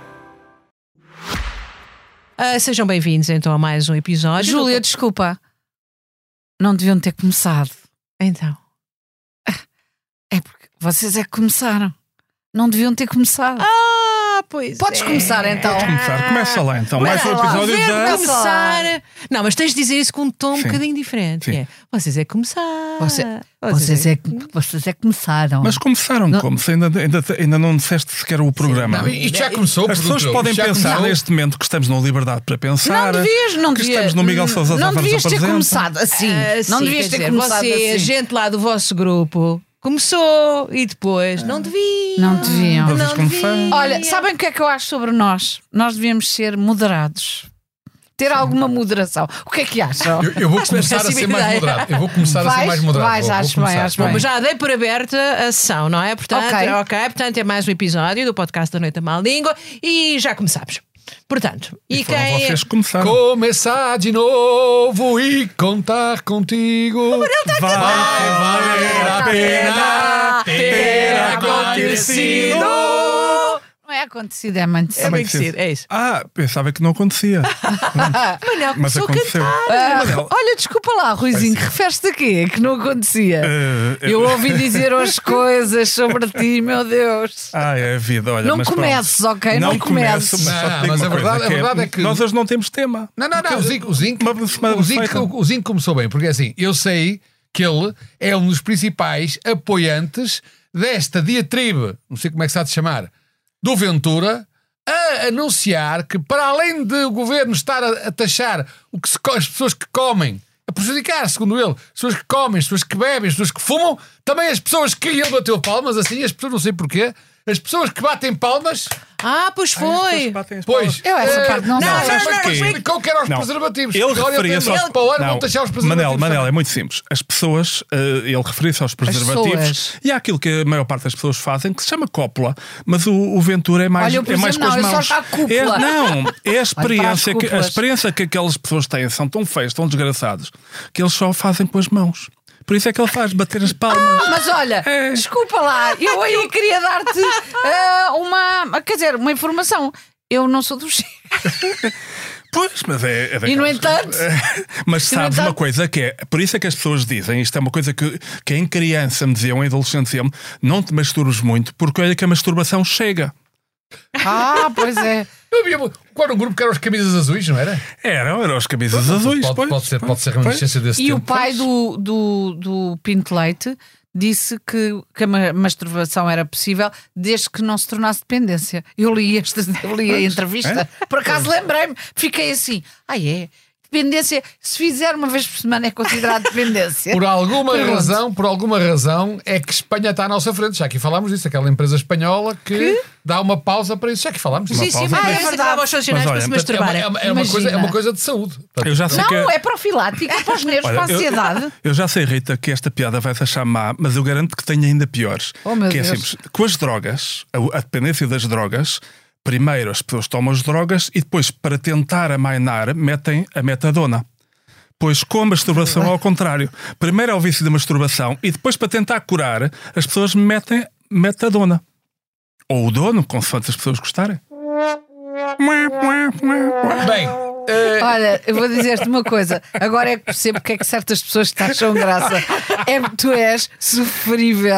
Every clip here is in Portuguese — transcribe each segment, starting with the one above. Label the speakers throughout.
Speaker 1: Ah, sejam bem-vindos então a mais um episódio.
Speaker 2: Júlia, desculpa. Não deviam ter começado.
Speaker 1: Então.
Speaker 2: É porque vocês é que começaram. Não deviam ter começado.
Speaker 1: Ah, pois.
Speaker 2: Podes
Speaker 1: é.
Speaker 2: começar então.
Speaker 3: Ah.
Speaker 4: Começar. Começa lá então. Mais um
Speaker 2: Começa lá.
Speaker 4: episódio
Speaker 2: Verde,
Speaker 4: da.
Speaker 2: começa
Speaker 1: Começar. Não, mas tens de dizer isso com um tom um
Speaker 4: Sim.
Speaker 1: bocadinho diferente. que
Speaker 4: Sim.
Speaker 1: É. Vocês é que começar. Hum?
Speaker 2: Você- Vocês é, que- vocês é que começaram.
Speaker 4: Mas começaram como? Se ainda, ainda, ainda não disseste sequer o programa.
Speaker 3: Não, isto
Speaker 2: é,
Speaker 3: já começou,
Speaker 4: As pessoas
Speaker 3: produtor.
Speaker 4: podem
Speaker 3: Isto já
Speaker 4: pensar
Speaker 3: começou.
Speaker 4: neste momento que estamos na liberdade para pensar.
Speaker 2: não devias, não
Speaker 4: que
Speaker 2: devias.
Speaker 4: estamos no Miguel Sousa
Speaker 2: Não
Speaker 4: Tavares
Speaker 2: devias ter
Speaker 4: apresenta.
Speaker 2: começado assim.
Speaker 1: Ah,
Speaker 2: não
Speaker 1: sim,
Speaker 2: devias
Speaker 1: quer
Speaker 2: ter
Speaker 1: dizer, é
Speaker 2: começado
Speaker 1: você,
Speaker 2: assim.
Speaker 1: a gente lá do vosso grupo, começou e depois não deviam.
Speaker 2: Não deviam.
Speaker 4: Vocês começaram.
Speaker 2: Olha, sabem o que é que eu acho sobre nós? Nós devíamos ser moderados. Ter alguma moderação. O que é que acham?
Speaker 3: Eu, eu vou começar a
Speaker 1: péssima
Speaker 3: ser mais
Speaker 1: ideia.
Speaker 3: moderado. Eu vou começar a ser
Speaker 2: Vais?
Speaker 3: mais moderado.
Speaker 2: Vais,
Speaker 3: vou, vou
Speaker 2: acho bem,
Speaker 3: começar.
Speaker 2: acho bem.
Speaker 1: Mas já dei por aberta a sessão, não é? Portanto,
Speaker 2: Ok.
Speaker 1: ok, portanto é mais um episódio do podcast da Noite à Má Língua e já começámos. Portanto, e,
Speaker 4: Foram
Speaker 3: é?
Speaker 1: quem.
Speaker 4: vocês que começaram.
Speaker 3: Começar de novo e contar contigo.
Speaker 2: tá-
Speaker 4: Vai valer a
Speaker 1: é
Speaker 4: pena ter
Speaker 2: tá. Não é acontecido, é mantido.
Speaker 1: É
Speaker 4: Como
Speaker 1: bem
Speaker 4: é que se
Speaker 1: que
Speaker 4: diz?
Speaker 1: é isso.
Speaker 4: Ah, pensava que não acontecia.
Speaker 1: Manel
Speaker 4: Mas
Speaker 1: começou a
Speaker 4: aconteceu.
Speaker 1: cantar.
Speaker 2: Ah,
Speaker 4: Manel.
Speaker 2: olha, desculpa lá, Ruizinho, refere-te a quê? Que não acontecia. Eu ouvi dizer hoje coisas sobre ti, meu Deus.
Speaker 4: Ah, é a vida, olha.
Speaker 2: Não
Speaker 4: mas
Speaker 2: comeces,
Speaker 4: pronto.
Speaker 2: ok? Não
Speaker 4: começo,
Speaker 2: comeces.
Speaker 4: Mas, só te
Speaker 3: Não,
Speaker 4: digo
Speaker 3: Ah, mas
Speaker 4: uma
Speaker 3: a
Speaker 4: coisa,
Speaker 3: verdade- a verdade é que-
Speaker 4: Nós hoje não temos tema.
Speaker 3: Não, não, não. O Zinco, o Zinco,
Speaker 4: Uma semana
Speaker 3: o, Zinco,
Speaker 4: perfeita.
Speaker 3: o Zinco começou bem, porque é assim, eu sei que ele é um dos principais apoiantes desta diatribe, não sei como é que se há de chamar, do Ventura, a anunciar que, para além de o governo estar a, a taxar o que se co- as pessoas que comem, a prejudicar, segundo ele, as pessoas que comem, as pessoas que bebem, as pessoas que fumam, também as pessoas que ele bateu palmas, assim, as pessoas não sei porquê, as pessoas que batem palmas,
Speaker 1: Ah, pois foi.
Speaker 3: pois.
Speaker 2: Eu essa
Speaker 3: eh,
Speaker 2: parte não
Speaker 3: não,
Speaker 2: sei.
Speaker 4: sabes
Speaker 3: mas
Speaker 4: porquê?
Speaker 3: explicou que eram os
Speaker 4: Não.
Speaker 3: preservativos.
Speaker 4: Ele
Speaker 3: Agora
Speaker 4: referia-se
Speaker 3: temos
Speaker 4: aos...
Speaker 3: de falar, vão
Speaker 4: Não,
Speaker 3: deixar os preservativos.
Speaker 4: Manel, Manel, é muito simples. As pessoas, eh, ele referia-se aos preservativos
Speaker 2: pessoas.
Speaker 4: e há aquilo que a maior parte das pessoas fazem que se chama cópula, mas o, o Ventura é mais,
Speaker 2: Olha, eu, por
Speaker 4: é mais
Speaker 2: exemplo,
Speaker 4: com
Speaker 2: não, eu
Speaker 4: as mãos.
Speaker 2: só para a cúpula.
Speaker 4: É, não, é a experiência, que, a
Speaker 2: cúpulas.
Speaker 4: experiência que aquelas pessoas têm, são tão feias, tão desgraçados, que eles só fazem com as mãos. Por isso é que ele faz bater as palmas.
Speaker 2: Mas olha,
Speaker 4: É.
Speaker 2: desculpa lá, eu aí queria dar-te ah, uma, quer dizer, uma informação. Eu não sou do Chega.
Speaker 4: Pois, mas é. é
Speaker 2: E no
Speaker 4: daquelas-
Speaker 2: entanto,
Speaker 4: Mas sabes
Speaker 2: entanto-
Speaker 4: uma coisa que é, por isso é que as pessoas dizem, isto é uma coisa que, que em criança me diziam, em adolescente diziam, não te masturbes muito, porque olha que a masturbação chega.
Speaker 2: ah, pois é.
Speaker 3: Eu havia qual era um grupo que eram as camisas azuis, não era?
Speaker 4: Eram, eram as camisas azuis.
Speaker 3: pode,
Speaker 4: pois,
Speaker 3: pode ser,
Speaker 4: pois,
Speaker 3: pode ser
Speaker 4: pois.
Speaker 3: reminiscência desse
Speaker 2: E
Speaker 3: tempo.
Speaker 2: o pai do, do, do Pinto Leite disse que, que a ma- masturbação era possível desde que não se tornasse dependência. Eu li, esta, eu li a entrevista, por acaso lembrei-me, fiquei assim, ah é, dependência, se fizer uma vez por semana é considerado dependência.
Speaker 3: Por alguma
Speaker 2: Pergunto.
Speaker 3: razão, por alguma razão, é que Espanha está à nossa frente. Já aqui falámos disso, aquela empresa espanhola que, dá uma pausa para isso. Já aqui falámos disso.
Speaker 1: Sim, sim,
Speaker 4: pausa.
Speaker 1: mas
Speaker 2: Ah, é
Speaker 1: é que
Speaker 2: verdade.
Speaker 1: acabava os funcionários
Speaker 4: Mas
Speaker 1: para
Speaker 4: olha,
Speaker 1: se
Speaker 3: É uma, é
Speaker 1: masturbarem.
Speaker 3: uma- é uma coisa, é
Speaker 2: Imagina.
Speaker 3: uma coisa de saúde. Portanto,
Speaker 4: Eu já sei que
Speaker 2: não, é profilático, é para os nervos,
Speaker 4: Olha,
Speaker 2: para a
Speaker 4: eu-
Speaker 2: ansiedade.
Speaker 4: Eu, já sei, Rita, que esta piada vai se achar má, mas eu garanto que tenho ainda piores.
Speaker 2: Oh, meu
Speaker 4: que é
Speaker 2: Deus.
Speaker 4: simples. Com as drogas, a, a dependência das drogas, primeiro as pessoas tomam as drogas e depois, para tentar amainar, metem a metadona. Pois com a masturbação é ao contrário. Primeiro é o vício da masturbação e depois, para tentar curar, as pessoas metem metadona. Ou o dono, consoante as pessoas gostarem.
Speaker 3: Bem, eh,
Speaker 2: Olha, eu vou dizer-te uma coisa. Agora é que percebo porque é que certas pessoas te acham graça. É porque tu és sofrível.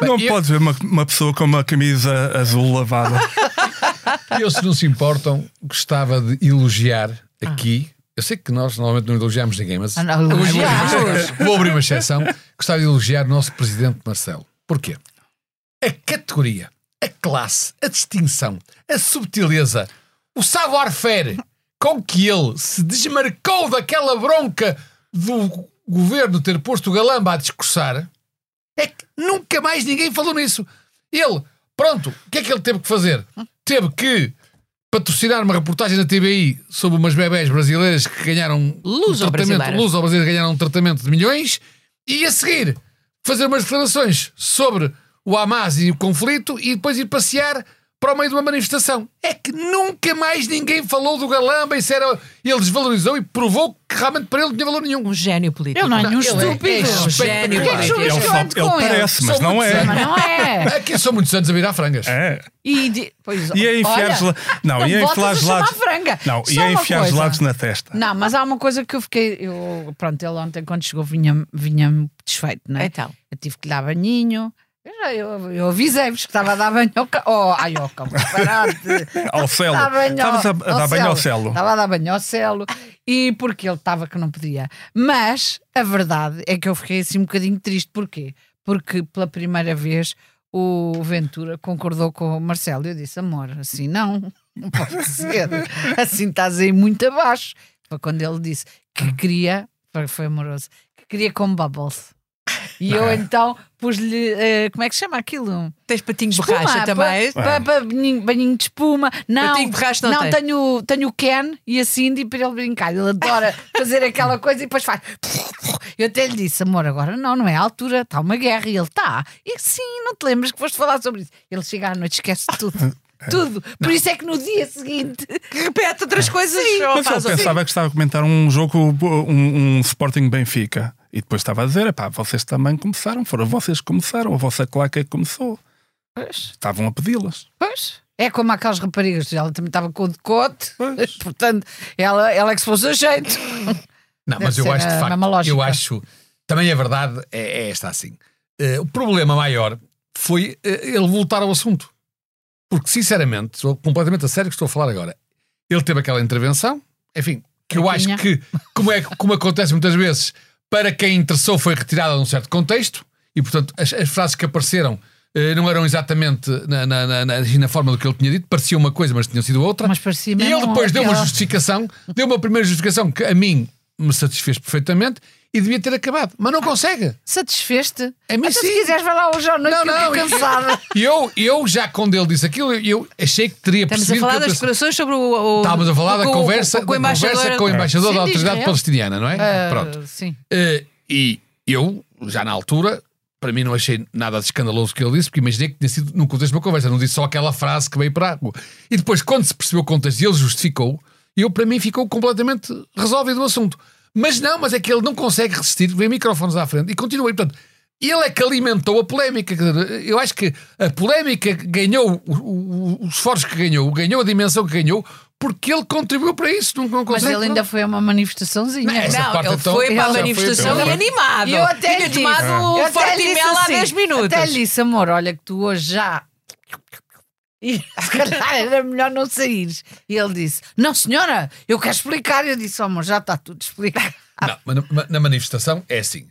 Speaker 4: Não
Speaker 3: eu-
Speaker 4: podes ver uma, uma pessoa com uma camisa azul lavada.
Speaker 3: Eu, se não se importam, gostava de elogiar aqui. Eu sei que nós normalmente não elogiamos ninguém, mas
Speaker 2: Ah, não,
Speaker 3: hoje vou abrir uma-
Speaker 2: elogiamos.
Speaker 3: vou abrir uma exceção. Gostava de elogiar o nosso presidente Marcelo. Porquê? A categoria, a classe, a distinção, a subtileza, o savoir-faire com que ele se desmarcou daquela bronca do governo ter posto o Galamba a discursar. É que nunca mais ninguém falou nisso. Ele, pronto, o que é que ele teve que fazer? Teve que patrocinar uma reportagem na TBI sobre umas bebés brasileiras que ganharam um
Speaker 1: Luso-brasileiras.
Speaker 3: tratamento, luz ao Brasil ganharam um tratamento de milhões e a seguir fazer umas declarações sobre o Hamas e o conflito e depois ir passear para o meio de uma manifestação. É que nunca mais ninguém falou do Galamba e se era, ele desvalorizou e provou que realmente para ele não tinha valor nenhum.
Speaker 1: Um gênio político.
Speaker 2: Eu não, um
Speaker 3: Ele é-
Speaker 2: estúpido.
Speaker 3: é
Speaker 1: Gênio
Speaker 3: espetacular.
Speaker 1: político.
Speaker 2: Mas
Speaker 4: Ele,
Speaker 2: eu
Speaker 4: é um só-
Speaker 2: ando com
Speaker 4: ele
Speaker 2: ele.
Speaker 4: parece, mas
Speaker 3: Sou
Speaker 4: não
Speaker 3: muito
Speaker 2: Mas
Speaker 4: é.
Speaker 2: não é.
Speaker 3: Aqui são muitos anos a virar frangas.
Speaker 4: É.
Speaker 2: E, de, pois,
Speaker 4: E a enfiar
Speaker 2: olha,
Speaker 4: gela- Não,
Speaker 2: não
Speaker 4: e a
Speaker 2: voltas
Speaker 4: enfiar
Speaker 2: a
Speaker 4: gelados.
Speaker 2: chamar franga.
Speaker 4: Não, e
Speaker 2: Só
Speaker 4: a
Speaker 2: uma
Speaker 4: enfiar
Speaker 2: coisa.
Speaker 4: gelados na testa.
Speaker 2: Não, mas há uma coisa que eu fiquei. Eu, pronto, ele ontem, quando chegou, vinha-me vinha desfeito, não é?
Speaker 1: Então.
Speaker 2: Eu tive que lhe dar banhinho. Eu, já- eu, eu avisei-vos que estava a dar banho ao cão. Oh, ai, ao cão, parado.
Speaker 4: Ao celo.
Speaker 2: Estava banho ao-
Speaker 4: Estavas a, a dar banho ao celo.
Speaker 2: Estava a dar banho ao celo. E porque ele estava que não podia. Mas a verdade é que eu fiquei assim um bocadinho triste. Porquê? Porque pela primeira vez o Ventura concordou com o Marcelo. Eu disse, amor, assim não, não pode ser. Assim estás aí muito abaixo. Foi quando ele disse que queria, foi- foi amoroso, que queria com bubbles. E eu então pus-lhe, eh, como é que se chama aquilo?
Speaker 1: Tens patinhos de
Speaker 2: Espuma,
Speaker 1: borracha
Speaker 2: pa-
Speaker 1: também.
Speaker 2: pa- pa- banhinho, banhinho de espuma. Não,
Speaker 1: Patinho de É. borracha não tens.
Speaker 2: tenho, tenho o Ken e a Cindy para ele brincar. Ele adora fazer aquela coisa e depois faz. Eu até lhe disse, amor, agora não, não é a altura, está uma guerra. E ele está. E sim, não te lembras que foste falar sobre isso. Ele chega à noite, esquece tudo. Tudo. Por isso é que no dia seguinte.
Speaker 1: Repete outras coisas. ou
Speaker 4: Mas
Speaker 1: faz
Speaker 4: ele
Speaker 2: assim.
Speaker 1: outras-
Speaker 4: pensava que estava a comentar um jogo, um, um Sporting Benfica. E depois estava a dizer: pá, vocês também começaram, foram vocês que começaram, a vossa claque é que começou. Estavam a pedi-las.
Speaker 2: Pois. É como aquelas raparigas, ela também estava com o decote,
Speaker 4: Pois.
Speaker 2: portanto, ela, ela é que se fosse a jeito.
Speaker 3: Não, mas
Speaker 2: Deve
Speaker 3: eu
Speaker 2: ser
Speaker 3: acho de
Speaker 2: a
Speaker 3: facto.
Speaker 2: mesma lógica.
Speaker 3: Eu acho. Também a verdade é, é esta assim. Eh, o problema maior foi eh, ele voltar ao assunto. Porque, sinceramente, sou completamente a sério que estou a falar agora. Ele teve aquela intervenção, enfim, que eu acho
Speaker 2: Fraquinha.
Speaker 3: que, como, é, como acontece muitas vezes, para quem interessou foi retirada num certo contexto e, portanto, as, as frases que apareceram eh, não eram exatamente na, na, na, na, na forma do que ele tinha dito, parecia uma coisa, mas tinham sido outra.
Speaker 2: Mas parecia
Speaker 3: E
Speaker 2: mesmo
Speaker 1: é
Speaker 3: ele depois deu uma
Speaker 2: aquela-
Speaker 3: justificação, deu uma primeira justificação que a mim me satisfez perfeitamente e devia ter acabado. Mas não consegue.
Speaker 2: Satisfeste?
Speaker 3: É mesmo
Speaker 2: Até Então, se
Speaker 3: sim.
Speaker 2: quiseres, vai lá hoje à noite,
Speaker 3: Não,
Speaker 2: que eu
Speaker 3: não.
Speaker 2: estou cansada.
Speaker 3: E eu, eu já quando ele disse aquilo, eu achei que teria
Speaker 1: Estamos a
Speaker 3: percebido.
Speaker 1: falar
Speaker 3: que eu
Speaker 1: das
Speaker 3: pensei-
Speaker 1: declarações sobre o. o
Speaker 3: Estávamos a falar da
Speaker 1: com o-
Speaker 3: conversa
Speaker 1: com
Speaker 3: da
Speaker 1: o embaixador.
Speaker 3: conversa com o embaixador da
Speaker 2: Sim, de
Speaker 3: autoridade
Speaker 2: Israel.
Speaker 3: palestiniana, não é? Pronto.
Speaker 2: Ah, Sim.
Speaker 3: Eh, e eu, já na altura, para mim não achei nada de escandaloso o que ele disse, porque imaginei que tinha sido num contexto de uma conversa, não disse só aquela frase que veio para a água. E depois, quando se percebeu o contexto e ele justificou, eu, para mim, ficou completamente resolvido o assunto. Mas não, mas é que ele não consegue resistir, vem microfones à frente e continua. E, portanto, ele é que alimentou a polémica. Quer dizer, Eu acho que a polémica ganhou o- o- o- os esforços que ganhou, ganhou a dimensão que ganhou, porque ele contribuiu para isso. Não, não
Speaker 2: Mas
Speaker 3: consegue,
Speaker 2: ele ainda foi a uma manifestaçõãozinha.
Speaker 3: Não, essa
Speaker 1: Não,
Speaker 3: parte
Speaker 1: ele
Speaker 3: então-
Speaker 1: foi para
Speaker 3: Ele
Speaker 1: a
Speaker 3: já foi Ah.
Speaker 1: manifestação
Speaker 3: pela-
Speaker 1: e animado.
Speaker 2: E eu até
Speaker 1: Tinha
Speaker 2: lhe disse,
Speaker 1: tomado
Speaker 2: Eu
Speaker 1: o
Speaker 2: até lhe
Speaker 1: forte
Speaker 2: disse
Speaker 1: mel há
Speaker 2: assim,
Speaker 1: 10
Speaker 2: Até
Speaker 1: minutos.
Speaker 2: lhe disse, amor, olha que tu hoje já. E se calhar era melhor não saíres. E ele disse: Não, senhora, eu quero explicar. Eu disse: oh, amor, já está tudo explicado. Ah,
Speaker 3: Não, mas na- na, na manifestação é assim.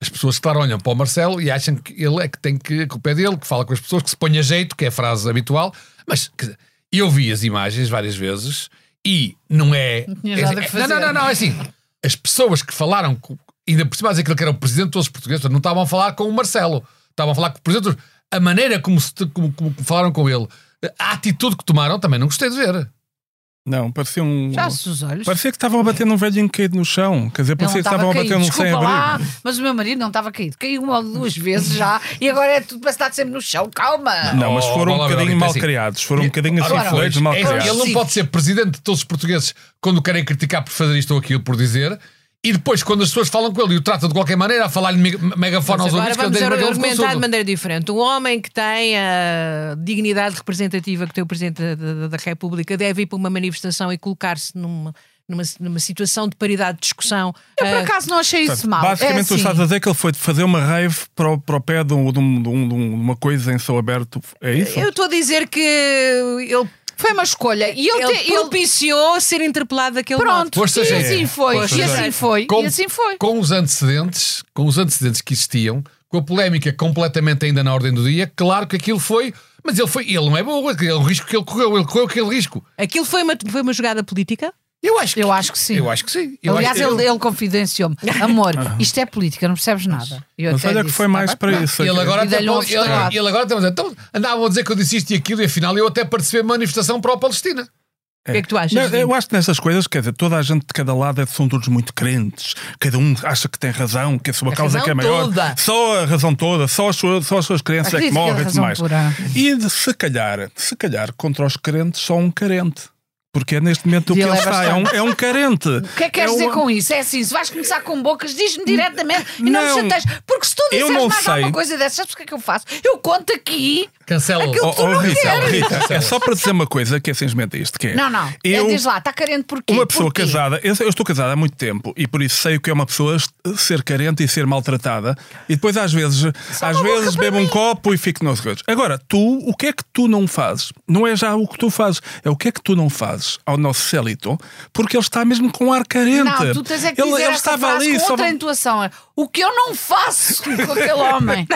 Speaker 3: As pessoas, claro, olham para o Marcelo e acham que ele é que tem que. a culpa é dele, que fala com as pessoas, que se põe a jeito, que é a frase habitual. Mas quer dizer, eu vi as imagens várias vezes e não é. Não
Speaker 2: tinhas nada
Speaker 3: é,
Speaker 2: que
Speaker 3: Não, não,
Speaker 2: fazer.
Speaker 3: não, não, é assim. As pessoas que falaram, com- ainda por cima, aquele que era o presidente de todos os portugueses, não estavam a falar com o Marcelo, estavam a falar com o presidente. dos- A maneira como, se, como, como falaram com ele, a atitude que tomaram, também não gostei de ver.
Speaker 4: Não, parecia um.
Speaker 2: Já se os olhos.
Speaker 4: Parecia que estavam a bater num velhinho caído no chão. Quer dizer,
Speaker 2: Ele não
Speaker 4: parecia que
Speaker 2: estava
Speaker 4: estavam a bater
Speaker 2: caído,
Speaker 4: num sem
Speaker 2: desculpa lá,
Speaker 4: abrigo.
Speaker 2: mas o meu marido não estava caído. Caiu uma ou duas vezes já e agora é tudo para estar sempre no chão. Calma!
Speaker 4: Não, mas
Speaker 3: Oh,
Speaker 4: foram um
Speaker 3: Olá,
Speaker 4: bocadinho
Speaker 3: Belita,
Speaker 4: mal
Speaker 3: assim.
Speaker 4: criados. Foram um bocadinho assim,
Speaker 3: Ora,
Speaker 4: fleitos, mal
Speaker 3: é, ele
Speaker 4: criados.
Speaker 3: não pode ser presidente de todos os portugueses quando querem criticar por fazer isto ou aquilo, por dizer, E depois, quando as pessoas falam com ele e o tratam de qualquer maneira, a falar-lhe me- megafone aos
Speaker 1: Agora
Speaker 3: ouvidos, que ele
Speaker 1: vamos
Speaker 3: tem um
Speaker 1: argumentar de
Speaker 3: absurdo.
Speaker 1: maneira diferente. Um homem que tem a dignidade representativa que tem o Presidente da, da- da República deve ir para uma manifestação e colocar-se numa, numa, numa situação de paridade de discussão.
Speaker 2: Eu por
Speaker 1: ah,
Speaker 2: acaso não achei isso mal.
Speaker 4: Basicamente,
Speaker 2: é
Speaker 4: tu estás a dizer que ele foi fazer uma rave para o, para o pé de, um- de um- de um- de um- de uma coisa em céu aberto. É isso?
Speaker 1: eu estou a dizer que ele,
Speaker 2: Foi uma escolha. E ele,
Speaker 1: ele
Speaker 2: te- ele-
Speaker 1: propiciou ser interpelado daquele modo.
Speaker 2: Pronto,
Speaker 3: Força
Speaker 2: e
Speaker 3: jeito.
Speaker 2: assim foi,
Speaker 4: Força
Speaker 2: e assim
Speaker 4: jeito.
Speaker 2: foi,
Speaker 3: Com-
Speaker 2: e assim foi.
Speaker 3: Com os antecedentes, com os antecedentes que existiam, com a polémica completamente ainda na ordem do dia, claro que aquilo foi. Mas ele foi, ele não é burro, é o risco que ele correu, ele correu aquele risco.
Speaker 1: Aquilo foi uma, foi uma jogada política?
Speaker 3: Eu acho que
Speaker 2: Eu acho que sim.
Speaker 3: Eu acho que sim. Eu
Speaker 2: Aliás,
Speaker 3: acho que-
Speaker 2: ele, ele confidenciou-me. Amor, isto é política, não percebes nada. Eu
Speaker 4: Mas
Speaker 2: até
Speaker 4: olha é que
Speaker 2: disse,
Speaker 4: foi
Speaker 2: tá
Speaker 4: mais
Speaker 2: bem,
Speaker 4: para
Speaker 2: pronto.
Speaker 4: isso. é
Speaker 3: Ele agora,
Speaker 2: E
Speaker 3: até,
Speaker 2: dei-lhe um
Speaker 3: pode- ele,
Speaker 2: afastado.
Speaker 3: ele agora até vai dizer, então, andavam a dizer que eu disse isto e aquilo e afinal eu até participei manifestação pró-Palestina.
Speaker 1: O que é que tu achas?
Speaker 4: Não,
Speaker 1: Zé?
Speaker 4: eu acho que nessas coisas, quer dizer, toda a gente de cada lado é- são todos muito crentes. Cada um acha que tem razão, que a sua
Speaker 1: A
Speaker 4: causa é que é
Speaker 1: razão
Speaker 4: maior.
Speaker 1: toda.
Speaker 4: Só a razão toda, só as suas, só as suas crenças é que
Speaker 2: Acredito que a
Speaker 4: morrem e tudo
Speaker 2: razão
Speaker 4: mais.
Speaker 2: pura.
Speaker 4: E de- se calhar, se calhar, contra os crentes, só um carente. Porque é neste momento o
Speaker 2: E
Speaker 4: que
Speaker 2: ele
Speaker 4: ele
Speaker 2: é
Speaker 4: está. É um, é um carente.
Speaker 2: O que é que queres
Speaker 4: É um-
Speaker 2: dizer com isso? É assim, se vais começar com bocas, diz-me diretamente e não,
Speaker 4: Não.
Speaker 2: me chateias. Porque se tu
Speaker 4: Eu
Speaker 2: disseres
Speaker 4: não
Speaker 2: mais
Speaker 4: sei.
Speaker 2: alguma coisa dessas, sabes o que é que eu faço? Eu conto aqui.
Speaker 3: Cancela.
Speaker 2: Aquilo-
Speaker 4: Oh,
Speaker 2: tu
Speaker 4: oh,
Speaker 2: não
Speaker 4: Rita,
Speaker 2: queres.
Speaker 4: Rita, é só para dizer uma coisa que é simplesmente isto: que é.
Speaker 2: Não, não.
Speaker 4: Eu,
Speaker 2: é, diz lá, é está carente porquê?
Speaker 4: Uma pessoa
Speaker 2: Porquê?
Speaker 4: casada, eu, eu estou casado há muito tempo e por isso sei o que é uma pessoa est- ser carente e ser maltratada. E depois às vezes, às
Speaker 2: é uma boca
Speaker 4: vezes
Speaker 2: para
Speaker 4: bebo um copo e fico nos redes. Agora, tu, o que é que tu não fazes? Não é já o que tu fazes, é o que é que tu não fazes ao nosso Celito, porque ele está mesmo com ar carente.
Speaker 2: Não, tu tens é que
Speaker 4: ele,
Speaker 2: dizer
Speaker 4: ele
Speaker 2: essa
Speaker 4: estava
Speaker 2: frase
Speaker 4: ali
Speaker 2: com
Speaker 4: só
Speaker 2: outra intuação. É, O que eu não faço com aquele homem.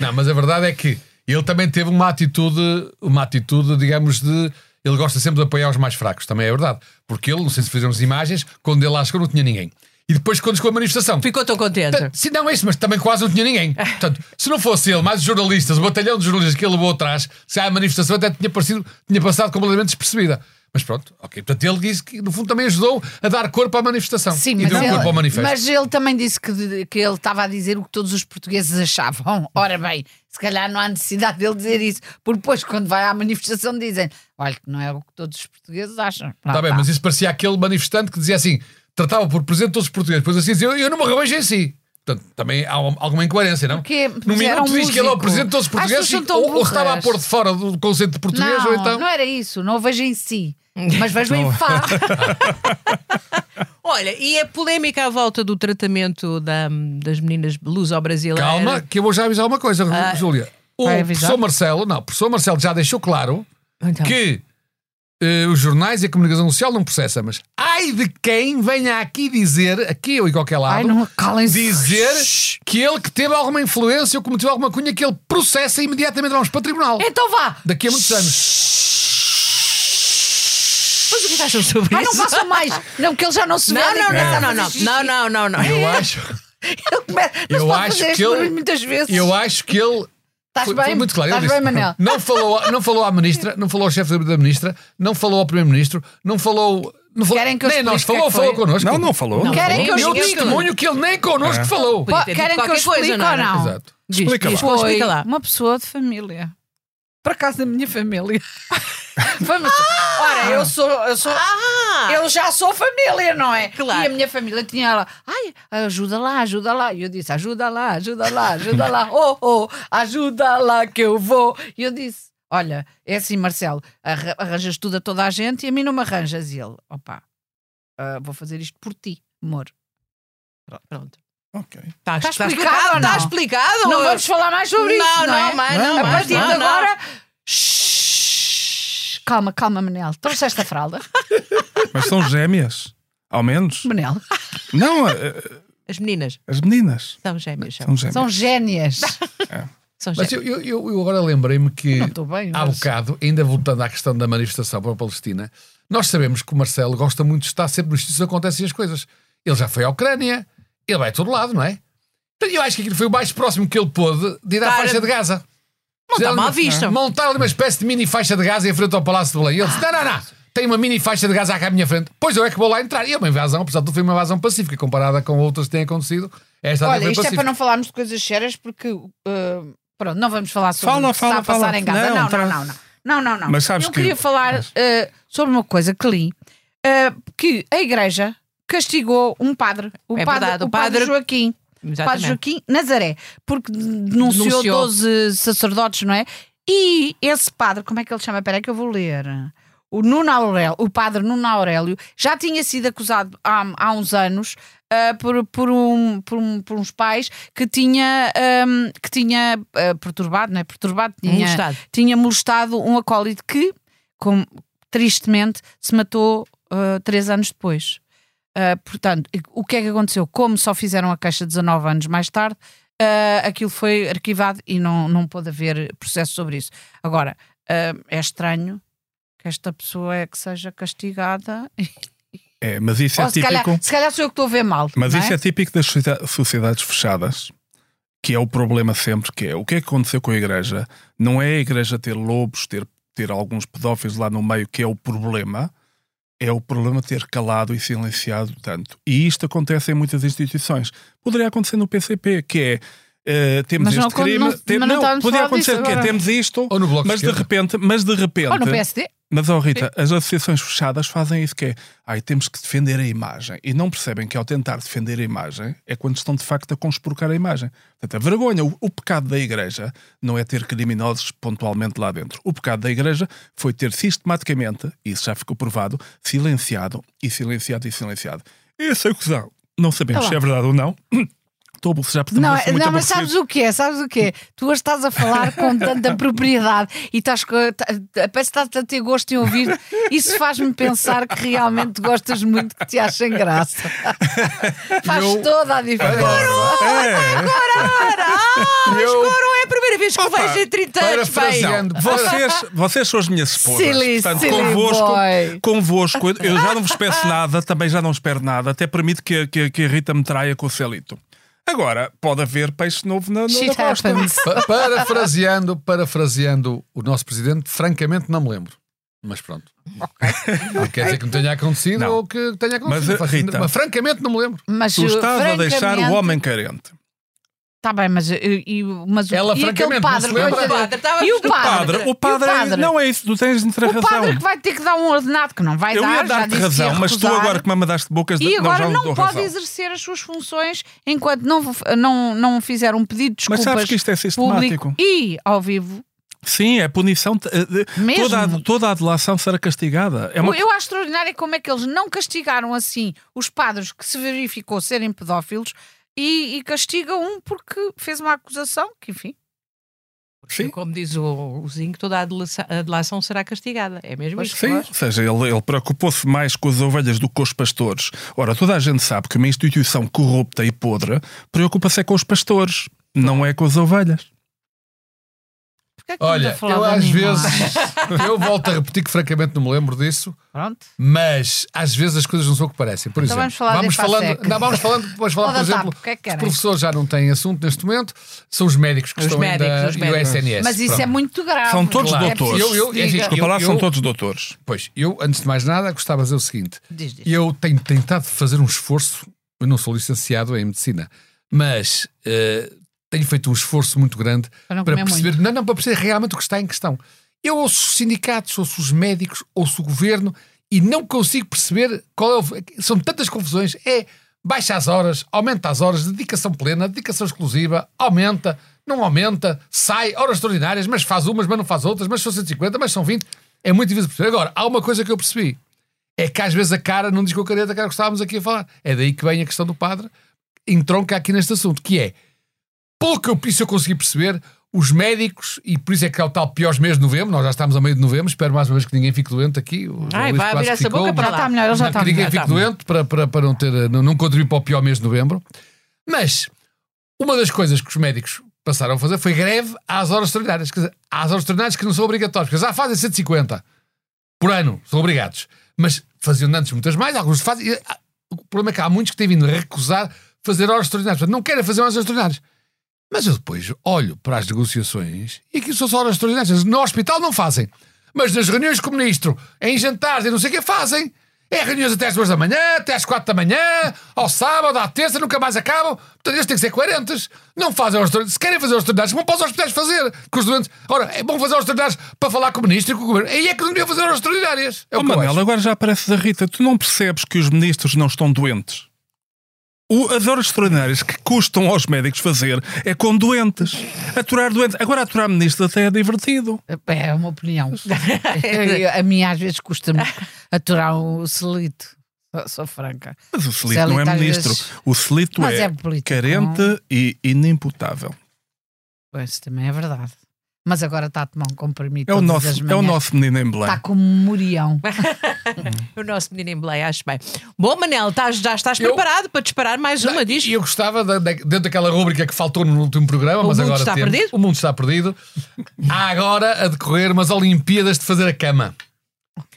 Speaker 3: Não, mas a verdade é que ele também teve uma atitude, uma atitude, digamos, de. Ele gosta sempre de apoiar os mais fracos, também é verdade. Porque ele, não sei se fizemos imagens, quando ele lá chegou não tinha ninguém. E depois, quando chegou a manifestação.
Speaker 1: Ficou tão contente.
Speaker 3: Se não é isso, mas também quase não tinha ninguém. Portanto, se não fosse ele, mais os jornalistas, o batalhão de jornalistas que ele levou atrás, se há a manifestação até tinha, parecido, tinha passado completamente despercebida. Mas pronto, ok. Portanto, ele disse que no fundo também ajudou a dar corpo à manifestação.
Speaker 2: Sim,
Speaker 3: e
Speaker 2: mas
Speaker 3: deu corpo ao
Speaker 2: ele,
Speaker 3: manifesto.
Speaker 2: mas ele também disse que, que ele estava a dizer o que todos os portugueses achavam. Ora bem, se calhar não há necessidade dele dizer isso, porque depois, quando vai à manifestação, dizem: olha, que não é o que todos os portugueses acham.
Speaker 3: Está Tá bem, mas isso parecia aquele manifestante que dizia assim: tratava por presente todos os portugueses, depois assim dizia, eu, eu não me revejo em si. Portanto, também há uma- alguma incoerência, não?
Speaker 2: Porque
Speaker 3: no
Speaker 2: era
Speaker 3: minuto
Speaker 2: um
Speaker 3: diz que ele é o
Speaker 2: músico.
Speaker 3: presidente de todos os
Speaker 2: As pessoas
Speaker 3: portugueses,
Speaker 2: são
Speaker 3: e-
Speaker 2: tão
Speaker 3: ou, ou estava a
Speaker 2: burras.
Speaker 3: pôr de fora do conceito de português,
Speaker 2: não,
Speaker 3: ou então.
Speaker 2: não era isso, não o vejo em si, mas vejo em Fá.
Speaker 3: Tá
Speaker 1: Olha, e a polémica à volta do tratamento da- das meninas luso-brasileiras?
Speaker 3: Calma, que eu vou já avisar uma coisa,
Speaker 1: Ah,
Speaker 3: Júlia. O
Speaker 2: vai avisar?
Speaker 3: professor Marcelo, não, o professor Marcelo já deixou claro
Speaker 1: Então.
Speaker 3: que eh, os jornais e a comunicação social não processam, mas ai de quem venha aqui dizer, aqui ou em qualquer lado,
Speaker 2: Ai, não, calem-se.
Speaker 3: dizer que ele que teve alguma influência ou cometeu alguma cunha que ele processa imediatamente, vamos para o tribunal.
Speaker 2: Então vá!
Speaker 3: Daqui a muitos anos.
Speaker 1: Mas o que é que acham sobre
Speaker 2: Ai, Ah, não
Speaker 1: isso?
Speaker 2: façam mais! Não, porque ele já não se vê.
Speaker 1: Não,
Speaker 2: nem
Speaker 1: não,
Speaker 2: começa
Speaker 1: não,
Speaker 2: a
Speaker 1: não, não,
Speaker 2: fazer xixi.
Speaker 1: não, não, não, não.
Speaker 3: Eu acho,
Speaker 2: Ele começa, mas
Speaker 3: eu
Speaker 2: pode
Speaker 3: acho
Speaker 2: fazer este
Speaker 3: que ele.
Speaker 2: barulho muitas vezes.
Speaker 3: Eu acho que ele.
Speaker 2: Estás
Speaker 3: Foi,
Speaker 2: bem?
Speaker 3: foi muito claro. ele
Speaker 2: Estás
Speaker 3: disse,
Speaker 2: bem, Manel?
Speaker 3: Não falou, não falou à ministra, não falou ao chefe da ministra, não falou ao primeiro-ministro, não falou. Não falou
Speaker 2: Querem que eu
Speaker 3: nem nós
Speaker 2: explique
Speaker 3: falou,
Speaker 2: o que é que
Speaker 3: falou
Speaker 2: foi?
Speaker 3: connosco.
Speaker 4: Não, não falou.
Speaker 2: Querem que eu
Speaker 3: Eu
Speaker 1: Ninguém
Speaker 2: explique?
Speaker 1: falou.
Speaker 3: testemunho que ele nem connosco falou.
Speaker 1: Podia ter dito
Speaker 2: Querem que eu
Speaker 1: qualquer coisa,
Speaker 2: explique ou
Speaker 1: não era?
Speaker 2: não?
Speaker 3: Exato.
Speaker 4: Explica lá.
Speaker 1: Pô, explica lá.
Speaker 2: Uma pessoa de família. Por acaso da minha família. Vamos. Ora, eu sou. Eu, sou eu já sou família, não é?
Speaker 1: Ah! Claro.
Speaker 2: E a minha família tinha lá. Ai, ajuda lá, ajuda lá. E eu disse: ajuda lá, ajuda lá, ajuda lá. Oh, oh, ajuda lá que eu vou. E eu disse: olha, é assim, Marcelo, arra- arranjas tudo a toda a gente e a mim não me arranjas. E ele: opa, ah, vou fazer isto por ti, amor.
Speaker 1: Pronto.
Speaker 4: Ok.
Speaker 1: Está
Speaker 2: Está
Speaker 1: está
Speaker 2: explicado ou não?
Speaker 1: Está Tá explicado.
Speaker 2: Não vamos falar mais sobre
Speaker 1: Não,
Speaker 2: isso, não,
Speaker 1: não,
Speaker 2: é?
Speaker 1: mais, não,
Speaker 2: A
Speaker 1: mais,
Speaker 2: partir
Speaker 1: não,
Speaker 2: de
Speaker 1: não.
Speaker 2: agora... Shhh. Calma, calma, Manel. Trouxeste a fralda?
Speaker 4: Mas são gêmeas, ao menos.
Speaker 2: Manel.
Speaker 4: Não, eh,
Speaker 1: As meninas
Speaker 4: as meninas.
Speaker 1: são gêmeas. São,
Speaker 4: São gêmeas.
Speaker 2: São génias.
Speaker 1: são
Speaker 3: Mas
Speaker 1: gêmeas.
Speaker 3: eu, eu- eu- eu agora lembrei-me que
Speaker 2: Não estou bem,
Speaker 4: Ah,
Speaker 3: há
Speaker 2: mas-
Speaker 3: bocado, ainda voltando à questão da manifestação para a Palestina, nós sabemos que o Marcelo gosta muito de estar sempre nos sítios onde acontecem as coisas. Ele já foi à Ucrânia, ele vai a todo lado, não é? Portanto, Eu acho que aquilo foi o mais próximo que ele pôde de ir à
Speaker 1: Cara,
Speaker 3: faixa de Gaza.
Speaker 2: tá
Speaker 1: Montar
Speaker 3: Fizeram-
Speaker 1: uma vista.
Speaker 3: Montaram uma espécie de mini faixa de Gaza em frente ao Palácio de Belém. E Ele disse: não, não, não, tem uma mini faixa de Gaza aqui à minha frente. Pois eu é que vou lá entrar. E é uma invasão, apesar de tudo, foi uma invasão pacífica comparada com outras que têm acontecido. Esta até
Speaker 2: Olha,
Speaker 3: foi
Speaker 2: isto é
Speaker 3: pacífica.
Speaker 2: para não falarmos de coisas sérias porque... uh, pronto, não vamos falar sobre
Speaker 4: Fala,
Speaker 2: o que se está
Speaker 4: fala,
Speaker 2: a passar
Speaker 4: fala.
Speaker 2: em casa.
Speaker 4: Não,
Speaker 2: Não,
Speaker 4: tra-
Speaker 2: não, não. não. Não, não, não.
Speaker 4: Mas sabes
Speaker 2: Eu eh,
Speaker 4: que-
Speaker 2: queria falar
Speaker 4: Mas-
Speaker 2: uh, sobre uma coisa eh, que li. uh, que a igreja castigou um padre, o,
Speaker 1: É
Speaker 2: padre,
Speaker 1: verdade,
Speaker 2: o
Speaker 1: o padre-
Speaker 2: padre Joaquim. O
Speaker 1: Exatamente.
Speaker 2: padre Joaquim Nazaré, porque denunciou,
Speaker 1: Denunciou.
Speaker 2: 12 sacerdotes, não é? E esse padre, como é que ele chama? Espera aí que eu vou ler. O Nuno Aurélio, o padre Nuno Aurélio, já tinha sido acusado há, há uns anos ah, por, por, um, por, um- por uns pais que tinha, ahm, que tinha ah, perturbado, não é? Perturbado,
Speaker 1: Um
Speaker 2: tinha
Speaker 1: Molestado.
Speaker 2: tinha molestado um acólito que, com- tristemente, se matou ah, três anos depois. Ah, portanto, o que é que aconteceu? Como só fizeram a caixa 19 anos mais tarde, ah, aquilo foi arquivado e não, não pôde haver processo sobre isso. Agora, ah, é estranho que esta pessoa é que seja castigada.
Speaker 4: É, mas isso é
Speaker 2: Ou se
Speaker 4: típico.
Speaker 2: calhar, se calhar sou eu que estou a ver mal.
Speaker 4: Mas
Speaker 2: não
Speaker 4: isso é típico das socieda- sociedades fechadas, que é o problema sempre, que é o que é que aconteceu com a igreja? Não é a igreja ter lobos, ter, ter alguns pedófilos lá no meio que é o problema, é o problema ter calado e silenciado tanto. E isto acontece em muitas instituições. Poderia acontecer no PCP, que é eh, temos
Speaker 2: Mas não
Speaker 4: este
Speaker 2: acon-
Speaker 4: crime,
Speaker 2: não-
Speaker 4: tem-
Speaker 2: mas não estamos a
Speaker 4: poderia
Speaker 2: falar disso
Speaker 4: acontecer o quê?
Speaker 2: agora.
Speaker 4: Temos isto,
Speaker 3: Ou no Bloco de
Speaker 4: mas de
Speaker 3: Esquerda.
Speaker 4: repente, mas de repente,
Speaker 2: Ou no PSD?
Speaker 4: mas, ó Rita, as associações fechadas fazem isso que é ai, temos que defender a imagem. E não percebem que ao tentar defender a imagem é quando estão de facto a conspurcar a imagem. Portanto, a vergonha, o, o pecado da igreja não é ter criminosos pontualmente lá dentro. O pecado da igreja foi ter sistematicamente, isso já ficou provado, silenciado e silenciado e silenciado. Essa acusão, não sabemos
Speaker 2: Olá.
Speaker 4: se é verdade ou não. Estou a bolsejar porque
Speaker 2: Tá Não,
Speaker 4: também sou muito
Speaker 2: não mas
Speaker 4: aborrecido.
Speaker 2: sabes o que é? Sabes o que é? Tu hoje estás a falar com tanta propriedade e estás co- ta- ta- parece que estás a ter gosto em ouvir. Isso faz-me pensar que realmente gostas muito, que te achas graça. Faz
Speaker 3: Eu
Speaker 2: toda a diferença.
Speaker 4: É.
Speaker 3: Eu,
Speaker 1: Não é a primeira vez que o vejo em 30 anos, bem.
Speaker 3: parafraseando,
Speaker 4: Vocês, vocês são as minhas esposas.
Speaker 2: Silly,
Speaker 4: Portanto,
Speaker 2: silly
Speaker 4: convosco,
Speaker 2: boy.
Speaker 4: convosco, eu- eu já não vos peço nada, também já não espero nada, até permito que, que, que a Rita me traia com o Celito. Agora, pode haver peixe novo na, na, na
Speaker 2: Shit
Speaker 4: costa.
Speaker 2: happens.
Speaker 3: pa- parafraseando, parafraseando o nosso presidente, francamente não me lembro. Mas pronto. Não quer dizer que me tenha acontecido
Speaker 4: Não.
Speaker 3: ou que tenha acontecido.
Speaker 4: Mas,
Speaker 3: Mas,
Speaker 4: Rita-
Speaker 3: francamente não me lembro.
Speaker 2: Mas
Speaker 4: Tu estás a deixar o homem carente.
Speaker 2: Está bem, mas, e, e- mas o-
Speaker 3: Ela,
Speaker 2: e aquele
Speaker 3: francamente, não se
Speaker 2: padre,
Speaker 3: lembra.
Speaker 1: O
Speaker 2: coitadinho?
Speaker 1: padre estava-
Speaker 2: e o
Speaker 1: O
Speaker 2: padre,
Speaker 4: Padre, o
Speaker 2: E
Speaker 4: padre,
Speaker 2: o padre?
Speaker 4: não é isso, tu tens muita
Speaker 2: O
Speaker 4: razão.
Speaker 2: padre que vai ter que dar um ordenado que não vai
Speaker 4: eu
Speaker 2: dar.
Speaker 4: ia
Speaker 2: já
Speaker 4: dar-te
Speaker 2: disse que ia
Speaker 4: razão, mas tu
Speaker 2: recusar.
Speaker 4: agora que me mandaste bocas de
Speaker 2: E
Speaker 4: não,
Speaker 2: agora
Speaker 4: já
Speaker 2: não,
Speaker 4: dou
Speaker 2: pode
Speaker 4: razão.
Speaker 2: exercer as suas funções enquanto não, não, não fizer um pedido de
Speaker 4: Mas
Speaker 2: desculpas
Speaker 4: sabes que isto é sistemático.
Speaker 2: público e ao vivo.
Speaker 4: Sim, é punição. eh, de-
Speaker 2: Mesmo?
Speaker 4: Toda a, toda a delação será castigada. É uma
Speaker 2: Eu acho extraordinário como é que eles não castigaram assim os padres que se verificou serem pedófilos e, e castiga um porque fez uma acusação que, enfim,
Speaker 4: Sim.
Speaker 1: Como diz o, o Zinho, toda a delaça- a delação será castigada. É mesmo
Speaker 4: Mas
Speaker 1: isso.
Speaker 4: Sim, ou seja, ele, ele preocupou-se mais com as ovelhas do que com os pastores. Ora, toda a gente sabe que uma instituição corrupta e podre preocupa-se é com os pastores, não é com as ovelhas.
Speaker 2: porque é que estamos a
Speaker 3: Olha,
Speaker 2: falar
Speaker 3: eu
Speaker 2: de
Speaker 3: às
Speaker 2: animais?
Speaker 3: vezes. Eu volto a repetir que francamente não me lembro disso.
Speaker 2: Pronto.
Speaker 3: Mas às vezes as coisas não são o que parecem. Por
Speaker 2: Então
Speaker 3: exemplo,
Speaker 2: vamos falar de
Speaker 3: falando,
Speaker 2: Epasec.
Speaker 3: não, vamos falando, vamos falar,
Speaker 2: Ou
Speaker 3: por
Speaker 2: da
Speaker 3: exemplo,
Speaker 2: TAP, o que é que
Speaker 3: os
Speaker 2: querem?
Speaker 3: professores já não têm assunto neste momento, são os médicos que
Speaker 1: Os
Speaker 3: estão ainda
Speaker 1: médicos, os
Speaker 3: e o
Speaker 1: médicos.
Speaker 3: SNS.
Speaker 2: Mas isso
Speaker 3: Pronto.
Speaker 2: é muito grave. É
Speaker 4: São todos
Speaker 3: Claro.
Speaker 4: doutores.
Speaker 3: Eu- eu-
Speaker 2: Diga.
Speaker 3: enfim,
Speaker 4: Desculpa lá,
Speaker 3: eu-
Speaker 4: são
Speaker 3: eu-
Speaker 4: todos doutores.
Speaker 3: Pois, eu, antes de mais nada, gostava de dizer o seguinte:
Speaker 2: Diz, diz.
Speaker 3: eu tenho tentado fazer um esforço. Eu não sou licenciado em medicina, mas eh, tenho feito um esforço muito grande
Speaker 2: Para não
Speaker 3: para
Speaker 2: comer
Speaker 3: perceber, não, não, para perceber realmente o que está em questão. Eu ouço os sindicatos, ouço os médicos, ouço o governo e não consigo perceber qual é o. São tantas confusões. É baixa as horas, aumenta as horas, dedicação plena, dedicação exclusiva, aumenta, não aumenta, sai, horas extraordinárias, mas faz umas, mas não faz outras, mas são 150, mas são 20. É muito difícil perceber. Agora, há uma coisa que eu percebi é que às vezes a cara não diz com a careta que era o que estávamos aqui a falar. É daí que vem a questão do padre, entronca aqui neste assunto, que é, pelo que eu, isso eu consegui perceber, os médicos, e por isso é que é o tal piores mês de novembro, nós já estamos a meio de novembro, espero mais uma vez que ninguém fique doente aqui. O João
Speaker 1: Ai,
Speaker 3: Luís
Speaker 1: vai
Speaker 3: quase
Speaker 1: abrir essa
Speaker 3: ficou,
Speaker 1: boca
Speaker 3: mas-
Speaker 1: para
Speaker 2: Já
Speaker 1: lá.
Speaker 2: está melhor, ele já
Speaker 3: não,
Speaker 2: está
Speaker 3: que ninguém
Speaker 2: melhor.
Speaker 3: fique
Speaker 1: está melhor.
Speaker 3: doente para, para, para não, ter, não, não contribuir para o pior mês de novembro. Mas uma das coisas que os médicos passaram a fazer foi greve às horas extraordinárias. Quer dizer, às horas extraordinárias que não são obrigatórias, porque já fazem 150 por ano, são obrigados. Mas faziam antes muitas mais, alguns fazem. e, ah, O problema é que há muitos que têm vindo a recusar fazer horas extraordinárias. Portanto, não querem fazer horas extraordinárias. Mas eu depois olho para as negociações e aquilo são só horas extraordinárias. No hospital não fazem. Mas nas reuniões com o ministro, em jantares e não sei o que fazem. É reuniões até às duas da manhã, até às quatro da manhã, ao sábado, à terça, nunca mais acabam. Portanto, eles têm que ser coerentes. Não fazem austeridades. Se querem fazer austeridades, vão para os hospitais fazer. Que os doentes. Ora, é bom fazer austeridades para falar com o ministro e com o governo. Aí é que não deviam fazer austeridades. É o
Speaker 4: Oh,
Speaker 3: que eu
Speaker 4: Manel,
Speaker 3: acho.
Speaker 4: agora já aparece da Rita. Tu não percebes que os ministros não estão doentes? O, as horas extraordinárias que custam aos médicos fazer é com doentes. Aturar doentes. Agora, aturar ministros até é divertido.
Speaker 2: É uma opinião. a mim às vezes custa-me aturar o selito. Sou, sou franca.
Speaker 4: Mas o Celito não é
Speaker 2: Celito, às
Speaker 4: ministro.
Speaker 2: vezes-
Speaker 4: O Celito
Speaker 2: Mas
Speaker 4: é,
Speaker 2: é político,
Speaker 4: carente e inimputável.
Speaker 2: Pois também é verdade. Mas agora está a tomar um comprimido.
Speaker 4: É o,
Speaker 2: todas as
Speaker 4: nosso, é o
Speaker 2: manhãs.
Speaker 4: nosso menino em
Speaker 2: Está
Speaker 4: Belém.
Speaker 2: como um morião.
Speaker 1: O nosso menino em Belém, acho bem. Bom, Manel, estás- já estás
Speaker 3: Eu-
Speaker 1: preparado para disparar mais uma, diz?
Speaker 3: E eu gostava, da- da- dentro daquela rúbrica que faltou no último programa,
Speaker 1: O
Speaker 3: mas
Speaker 1: mundo
Speaker 3: agora
Speaker 1: está
Speaker 3: temos-
Speaker 1: perdido?
Speaker 3: O mundo está perdido. Há agora a decorrer umas Olimpíadas de fazer a cama.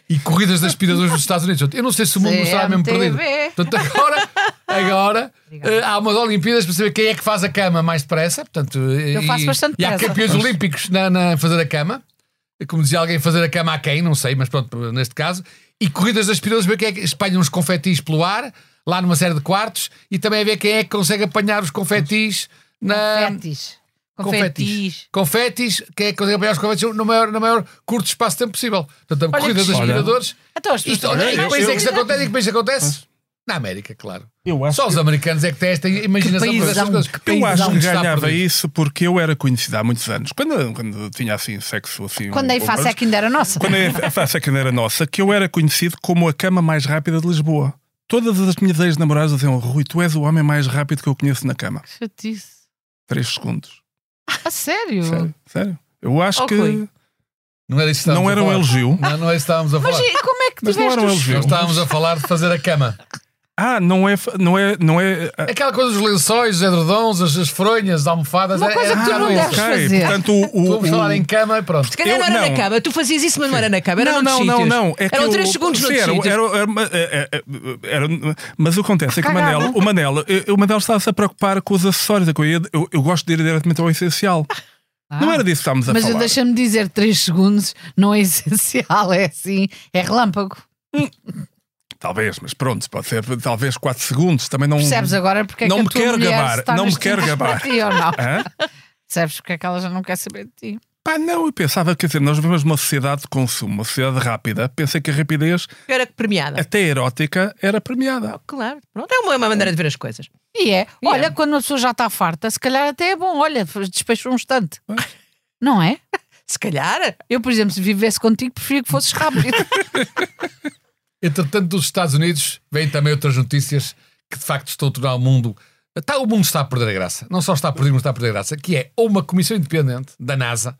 Speaker 3: E corridas de aspiradores nos Estados Unidos. Eu não sei se o mundo não está mesmo
Speaker 2: CMTV.
Speaker 3: perdido. Portanto, agora, agora eh, há umas Olimpíadas para saber quem é que faz a cama mais depressa. Portanto,
Speaker 2: Eu faço bastante
Speaker 3: E há
Speaker 2: depressa.
Speaker 3: campeões olímpicos na, na fazer a cama. Como dizia alguém, fazer a cama a quem, não sei, mas pronto, neste caso. E corridas das pirulas, ver quem é que espalha uns confetis pelo ar, lá numa série de quartos, e também a ver quem é que consegue apanhar os confetis
Speaker 2: Ah,
Speaker 3: na.
Speaker 2: Confetis.
Speaker 3: Confetis. Confetis, quem é que consegue apanhar os confetis no maior, no maior curto espaço de tempo possível. Portanto, a
Speaker 2: Olha
Speaker 3: corrida dos
Speaker 2: que
Speaker 4: giro.
Speaker 3: aspiradores.
Speaker 2: Então as pessoas
Speaker 3: Isto, olha,
Speaker 2: também
Speaker 3: e que
Speaker 2: não-
Speaker 3: país é que isto acontece? E que país é que acontece? Na América, claro. Só os americanos é que têm esta imaginação para essas
Speaker 2: paísão,
Speaker 3: coisas.
Speaker 2: que
Speaker 4: Eu acho que
Speaker 3: Está
Speaker 4: ganhava
Speaker 3: perdido.
Speaker 4: isso porque eu era conhecida há muitos anos. Quando, quando tinha assim sexo assim.
Speaker 2: Quando a face é que ainda era nossa.
Speaker 4: Quando a face é que ainda era nossa, que eu era conhecido como a cama mais rápida de Lisboa. Todas as minhas ex-namoradas diziam: Rui, tu és o homem mais rápido que eu conheço na cama.
Speaker 2: Chatice.
Speaker 4: Três segundos.
Speaker 2: A sério?
Speaker 4: Sério, sério. Eu acho
Speaker 2: Oh,
Speaker 4: que
Speaker 2: Rui.
Speaker 3: Não era isso que
Speaker 4: não
Speaker 3: estávamos
Speaker 4: era
Speaker 3: a
Speaker 4: um
Speaker 3: falar.
Speaker 4: elogio.
Speaker 3: Não, não é isso que estávamos a
Speaker 2: Mas
Speaker 3: falar.
Speaker 2: e como é que
Speaker 4: Mas não
Speaker 2: tiveste
Speaker 4: era um
Speaker 2: os-
Speaker 4: elogio.
Speaker 3: Nós estávamos a falar de fazer a cama.
Speaker 4: Ah, não é, não é, não é. ah,
Speaker 3: Aquela coisa dos lençóis, os edredons, as, as fronhas, as almofadas.
Speaker 2: Uma
Speaker 3: era-
Speaker 2: coisa
Speaker 3: era
Speaker 2: que tu
Speaker 3: tudo
Speaker 2: não
Speaker 3: isso.
Speaker 2: deves fazer.
Speaker 4: Ah, Portanto, o, o-
Speaker 3: Vamos falar em cama e pronto.
Speaker 1: Se calhar
Speaker 4: Eu
Speaker 1: não era
Speaker 4: não.
Speaker 1: na cama. Tu fazias isso, mas não era na cama. Era
Speaker 4: não, não,
Speaker 1: noutros
Speaker 4: não,
Speaker 1: sítios.
Speaker 4: não. É que
Speaker 1: Eram
Speaker 4: eu-
Speaker 1: 3 segundos
Speaker 4: Sim,
Speaker 1: noutros
Speaker 4: era-
Speaker 1: sítios.
Speaker 4: era- era- era- é, era- Mas o que acontece é que o
Speaker 2: Cagava.
Speaker 4: Manel, o Manel, eh, o Manel estava-se a preocupar com os acessórios. da coisa. Eu, eu gosto de ir diretamente ao essencial. Não era disso que estávamos a
Speaker 2: Mas
Speaker 4: falar.
Speaker 2: deixa-me dizer, 3 segundos não é essencial, é assim, é relâmpago.
Speaker 4: Hum. Talvez, mas pronto, pode ser talvez 4 segundos. Também não.
Speaker 2: Percebes agora porque é
Speaker 4: não
Speaker 2: que a
Speaker 4: me
Speaker 2: tua
Speaker 4: quero
Speaker 2: mulher
Speaker 4: gabar,
Speaker 2: está
Speaker 4: não
Speaker 2: nas
Speaker 4: me quero
Speaker 2: tintas
Speaker 4: gabar.
Speaker 2: para ti, ou não?
Speaker 4: Hã?
Speaker 2: Percebes porque é que ela já não quer saber de ti.
Speaker 4: Pá, não, eu pensava, quer dizer, nós vivemos uma sociedade de consumo, uma sociedade rápida. Pensei que a rapidez,
Speaker 1: Era premiada.
Speaker 3: É.
Speaker 4: até erótica, era premiada.
Speaker 1: Claro, pronto. É uma, uma maneira de ver as coisas.
Speaker 2: E é, olha, quando uma pessoa já está farta, se calhar até é bom, olha, despechou um instante. Não é?
Speaker 1: Se calhar.
Speaker 2: Eu, por exemplo, se vivesse contigo, preferia que fosses rápido.
Speaker 3: Entretanto, dos Estados Unidos, vêm também outras notícias que de facto estão a tornar o mundo. Está, o mundo está a perder a graça. Não só está a perder, mas está a perder a graça. Que é ou uma comissão independente da NASA, um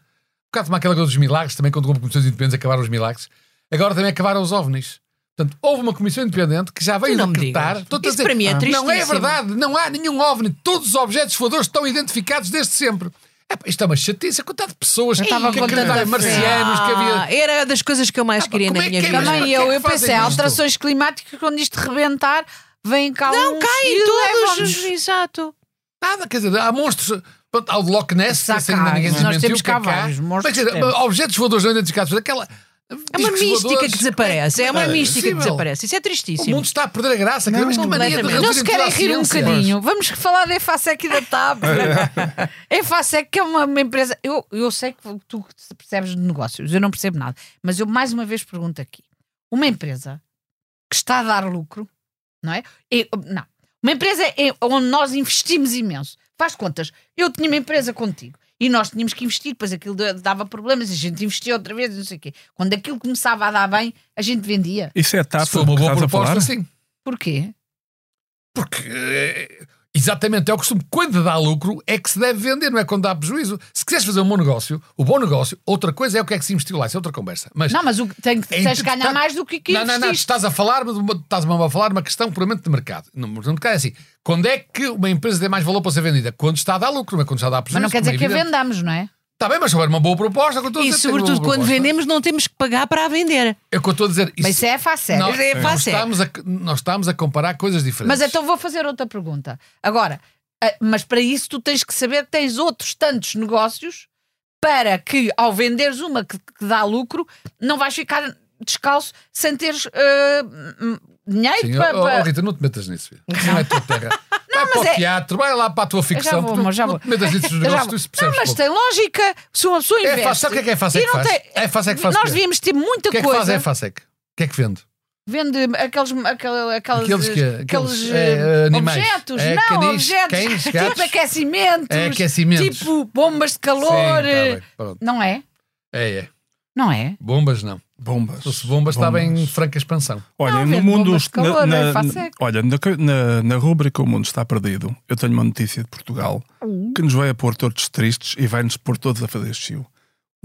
Speaker 3: bocado como aquela coisa dos milagres, também quando houve comissões independentes acabaram os milagres, agora também acabaram os ovnis. Portanto, houve uma comissão independente que já veio
Speaker 1: não me
Speaker 3: decretar.
Speaker 1: digas.
Speaker 3: Estou-te a
Speaker 1: Isso para mim é
Speaker 3: Não é
Speaker 1: tristíssimo.
Speaker 3: verdade, não há nenhum ovni. Todos os objetos voadores estão identificados desde sempre. Epá, isto é uma chatice. A quantidade de pessoas que
Speaker 2: estava com
Speaker 3: acreditaram
Speaker 2: tanta
Speaker 3: em marcianos, que havia.
Speaker 1: Ah, Era das coisas que eu mais queria
Speaker 3: como
Speaker 1: na
Speaker 3: é
Speaker 1: minha
Speaker 3: que é
Speaker 1: vida.
Speaker 3: mesmo?
Speaker 2: Também eu, eu
Speaker 3: Fazem
Speaker 2: pensei,
Speaker 3: isto.
Speaker 2: alterações climáticas, quando isto rebentar, vem cá
Speaker 1: Não,
Speaker 2: uns
Speaker 1: caem
Speaker 2: e
Speaker 1: todos.
Speaker 2: levam-nos.
Speaker 1: Exato.
Speaker 3: Nada, quer dizer, há monstros. Pronto, há o Loch Ness, que
Speaker 2: Há
Speaker 3: assim, ainda
Speaker 2: cá,
Speaker 3: ninguém se
Speaker 2: nós
Speaker 3: desmentiu,
Speaker 2: temos
Speaker 3: que é
Speaker 2: cá vários monstros
Speaker 3: Mas, quer dizer,
Speaker 2: temos.
Speaker 3: objetos voadores não identificados. mas Aquela,
Speaker 1: É uma mística que desaparece. É uma
Speaker 3: é
Speaker 1: mística que
Speaker 3: possível?
Speaker 1: desaparece. Isso é
Speaker 3: O
Speaker 1: tristíssimo.
Speaker 3: mundo está a perder a graça. Não, mas que mania de
Speaker 1: completamente.
Speaker 2: Não se
Speaker 3: reduzirem tudo
Speaker 2: querem
Speaker 3: à
Speaker 2: rir um
Speaker 3: ciência.
Speaker 2: bocadinho. Vamos falar da EFASEC e da TAP. EFASEC que é uma, uma empresa. Eu, eu sei que tu percebes de negócios, eu não percebo nada. Mas eu mais uma vez pergunto aqui: uma empresa que está a dar lucro, não é? E- não. Uma empresa em- onde nós investimos imenso. Faz contas, eu tinha uma empresa contigo e nós tínhamos que investir, pois aquilo da- dava problemas, a gente investia outra vez, não sei o quê. Quando aquilo começava a dar bem, a gente vendia.
Speaker 4: Isso é tapa.
Speaker 3: Se for uma
Speaker 4: que
Speaker 3: boa
Speaker 4: estás a
Speaker 3: proposta,
Speaker 4: falar?
Speaker 3: sim.
Speaker 2: Porquê?
Speaker 3: Porque eh, exatamente é o costume. Quando dá lucro é que se deve vender, não é quando dá prejuízo. Se quiseres fazer um bom negócio, o bom negócio, outra coisa é o que é que se investiu lá, isso é outra conversa. Mas
Speaker 2: Não, mas o que tem que
Speaker 3: É
Speaker 2: tens de
Speaker 3: interpretar-
Speaker 2: ganhar mais do que que
Speaker 3: Não, não, não, tu
Speaker 2: investiste.
Speaker 3: estás a falar, mas uma- estás mesmo a falar uma questão puramente de mercado. Não, mas não te cai assim. Quando é que uma empresa tem mais valor para ser vendida? Quando está a dar lucro, não é quando está a dar prejuízo.
Speaker 2: Mas não quer dizer que a
Speaker 3: venda.
Speaker 2: vendamos, não é?
Speaker 3: Está bem, mas se houver uma boa proposta, quando estou a
Speaker 1: E
Speaker 3: dizer, tem uma
Speaker 1: sobretudo
Speaker 3: boa
Speaker 1: quando
Speaker 3: proposta.
Speaker 1: vendemos, não temos que pagar para a vender.
Speaker 3: É o que eu estou a dizer.
Speaker 2: Mas isso é fácil.
Speaker 3: nós,
Speaker 1: é
Speaker 3: nós
Speaker 1: fácil.
Speaker 3: estamos a, nós estamos a comparar coisas diferentes.
Speaker 2: Mas então vou fazer outra pergunta. Agora, ah, mas para isso tu tens que saber que tens outros tantos negócios para que ao venderes uma que, que dá lucro, não vais ficar descalço sem teres eh, hum, dinheiro
Speaker 3: Sim,
Speaker 2: para.
Speaker 3: ó, ó,
Speaker 2: para-
Speaker 3: oh, Rita, não te metas nisso. filho. Isso não é tua terra. vai para o
Speaker 2: mas é-
Speaker 3: teatro, vai lá para a tua ficção.
Speaker 2: vou,
Speaker 3: tu-
Speaker 2: amor, já
Speaker 3: não
Speaker 2: vou.
Speaker 3: te metas nisso nos
Speaker 2: Eu já
Speaker 3: negócios,
Speaker 2: vou.
Speaker 3: tu isso percebes
Speaker 2: não, mas
Speaker 3: pouco.
Speaker 2: tem lógica se uma pessoa
Speaker 3: É
Speaker 2: investe.
Speaker 3: fácil, o que é que é fácil
Speaker 2: e
Speaker 3: é que
Speaker 2: não
Speaker 3: faz?
Speaker 2: tem-
Speaker 3: É fácil é que faz
Speaker 2: Nós
Speaker 3: quê?
Speaker 2: devíamos ter muita
Speaker 3: O que é que
Speaker 2: coisa.
Speaker 3: faz é FASEC? O que é que vende?
Speaker 2: Vende aqueles, aquel- aquelas,
Speaker 3: Aqueles que-
Speaker 2: aqueles,
Speaker 3: aqueles,
Speaker 2: eh,
Speaker 3: eh, animais.
Speaker 2: objetos,
Speaker 3: É,
Speaker 2: não,
Speaker 3: canis,
Speaker 2: objetos,
Speaker 3: cães, gatos.
Speaker 2: tipo aquecimentos,
Speaker 3: É aquecimentos.
Speaker 2: tipo bombas de calor.
Speaker 3: Sim, tá
Speaker 2: eh,
Speaker 3: bem, pronto.
Speaker 2: não é?
Speaker 3: É, é.
Speaker 2: Não é?
Speaker 3: Bombas não.
Speaker 4: Bombas.
Speaker 3: Se fosse bombas, estava em franca expansão.
Speaker 4: Olha,
Speaker 2: Não,
Speaker 4: no
Speaker 2: vende
Speaker 4: mundo.
Speaker 2: bombas de calor,
Speaker 4: na,
Speaker 2: é
Speaker 4: na-
Speaker 2: fácil.
Speaker 4: olha, na, co- na, na rúbrica O Mundo Está Perdido, eu tenho uma notícia de Portugal que nos vai a pôr todos tristes e vai nos pôr todos a fazer chiu.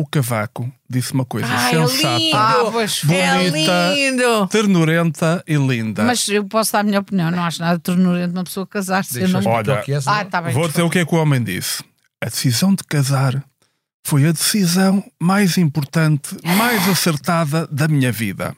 Speaker 4: O Cavaco disse uma coisa
Speaker 1: Ai, é lindo!
Speaker 4: sensata,
Speaker 2: Ah, pois
Speaker 4: bonita,
Speaker 1: É lindo!
Speaker 4: ternurenta e linda.
Speaker 2: Mas eu posso dar a minha opinião, não acho nada ternurente uma pessoa casar-se. Eu
Speaker 3: Deixa
Speaker 2: não...
Speaker 3: explicar
Speaker 4: Olha,
Speaker 3: o que é, senão-
Speaker 2: Ah, tá bem.
Speaker 4: Vou dizer o que é que o homem disse. A decisão de casar foi a decisão mais importante, mais acertada da minha vida.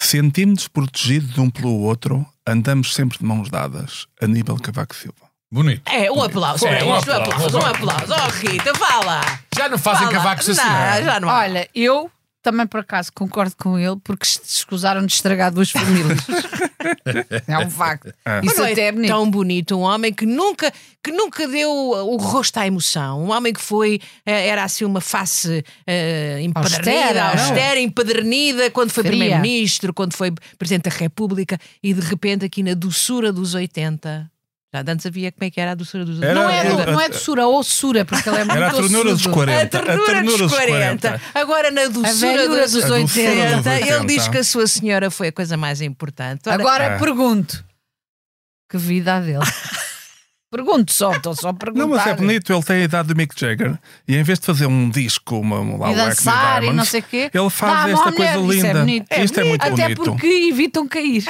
Speaker 4: Senti-me-nos protegidos um pelo outro, andamos sempre de mãos dadas. Aníbal Cavaco Silva.
Speaker 3: Bonito.
Speaker 1: É, um aplauso,
Speaker 3: Foi,
Speaker 1: é,
Speaker 3: um
Speaker 1: um
Speaker 3: aplauso,
Speaker 1: aplauso,
Speaker 3: um
Speaker 1: um aplauso. Oh, Rita, vá lá.
Speaker 3: Já não fazem
Speaker 1: vá lá.
Speaker 3: cavacos assim.
Speaker 1: Não, já não há.
Speaker 2: Olha, eu também por acaso concordo com ele porque se escusaram de estragar duas famílias. é um facto.
Speaker 1: Mas
Speaker 2: Isso
Speaker 1: não
Speaker 2: até é bonito.
Speaker 1: tão bonito. Um homem que nunca, que nunca deu uh, o rosto à emoção. Um homem que foi, eh, era assim uma face eh, empedernida,
Speaker 2: Austera,
Speaker 1: austera,
Speaker 2: não?
Speaker 1: empedernida, quando foi
Speaker 2: Fria.
Speaker 1: primeiro-ministro, quando foi presidente da República e de repente aqui na doçura dos 80. Já de antes havia como é que era a doçura dos 80.
Speaker 4: Era-
Speaker 2: Não é,
Speaker 4: eu-
Speaker 2: do- não é de Sura ou Sura, porque ele é muito
Speaker 4: Era a ternura dos
Speaker 2: ossudo.
Speaker 4: 40.
Speaker 1: A ternura, dos 40. Agora na doçura
Speaker 2: velhura
Speaker 1: dos,
Speaker 2: dos
Speaker 1: 80,
Speaker 4: 80.
Speaker 1: ele diz que a sua senhora foi a coisa mais importante. Ora,
Speaker 2: Agora
Speaker 4: É.
Speaker 2: pergunto: que vida há dele? pergunto só, estou só a perguntar.
Speaker 4: Não, mas é bonito, ele tem a idade do Mick Jagger e em vez de fazer um disco, uma, lá,
Speaker 2: E
Speaker 4: o Acme
Speaker 2: dançar e não
Speaker 4: Diamonds,
Speaker 2: sei o quê.
Speaker 4: ele
Speaker 2: dá a
Speaker 4: faz
Speaker 2: mão à
Speaker 4: esta
Speaker 2: mulher,
Speaker 4: coisa
Speaker 2: isso é
Speaker 4: linda.
Speaker 2: bonito.
Speaker 4: Isto é muito
Speaker 2: Até
Speaker 4: bonito.
Speaker 2: porque evitam cair.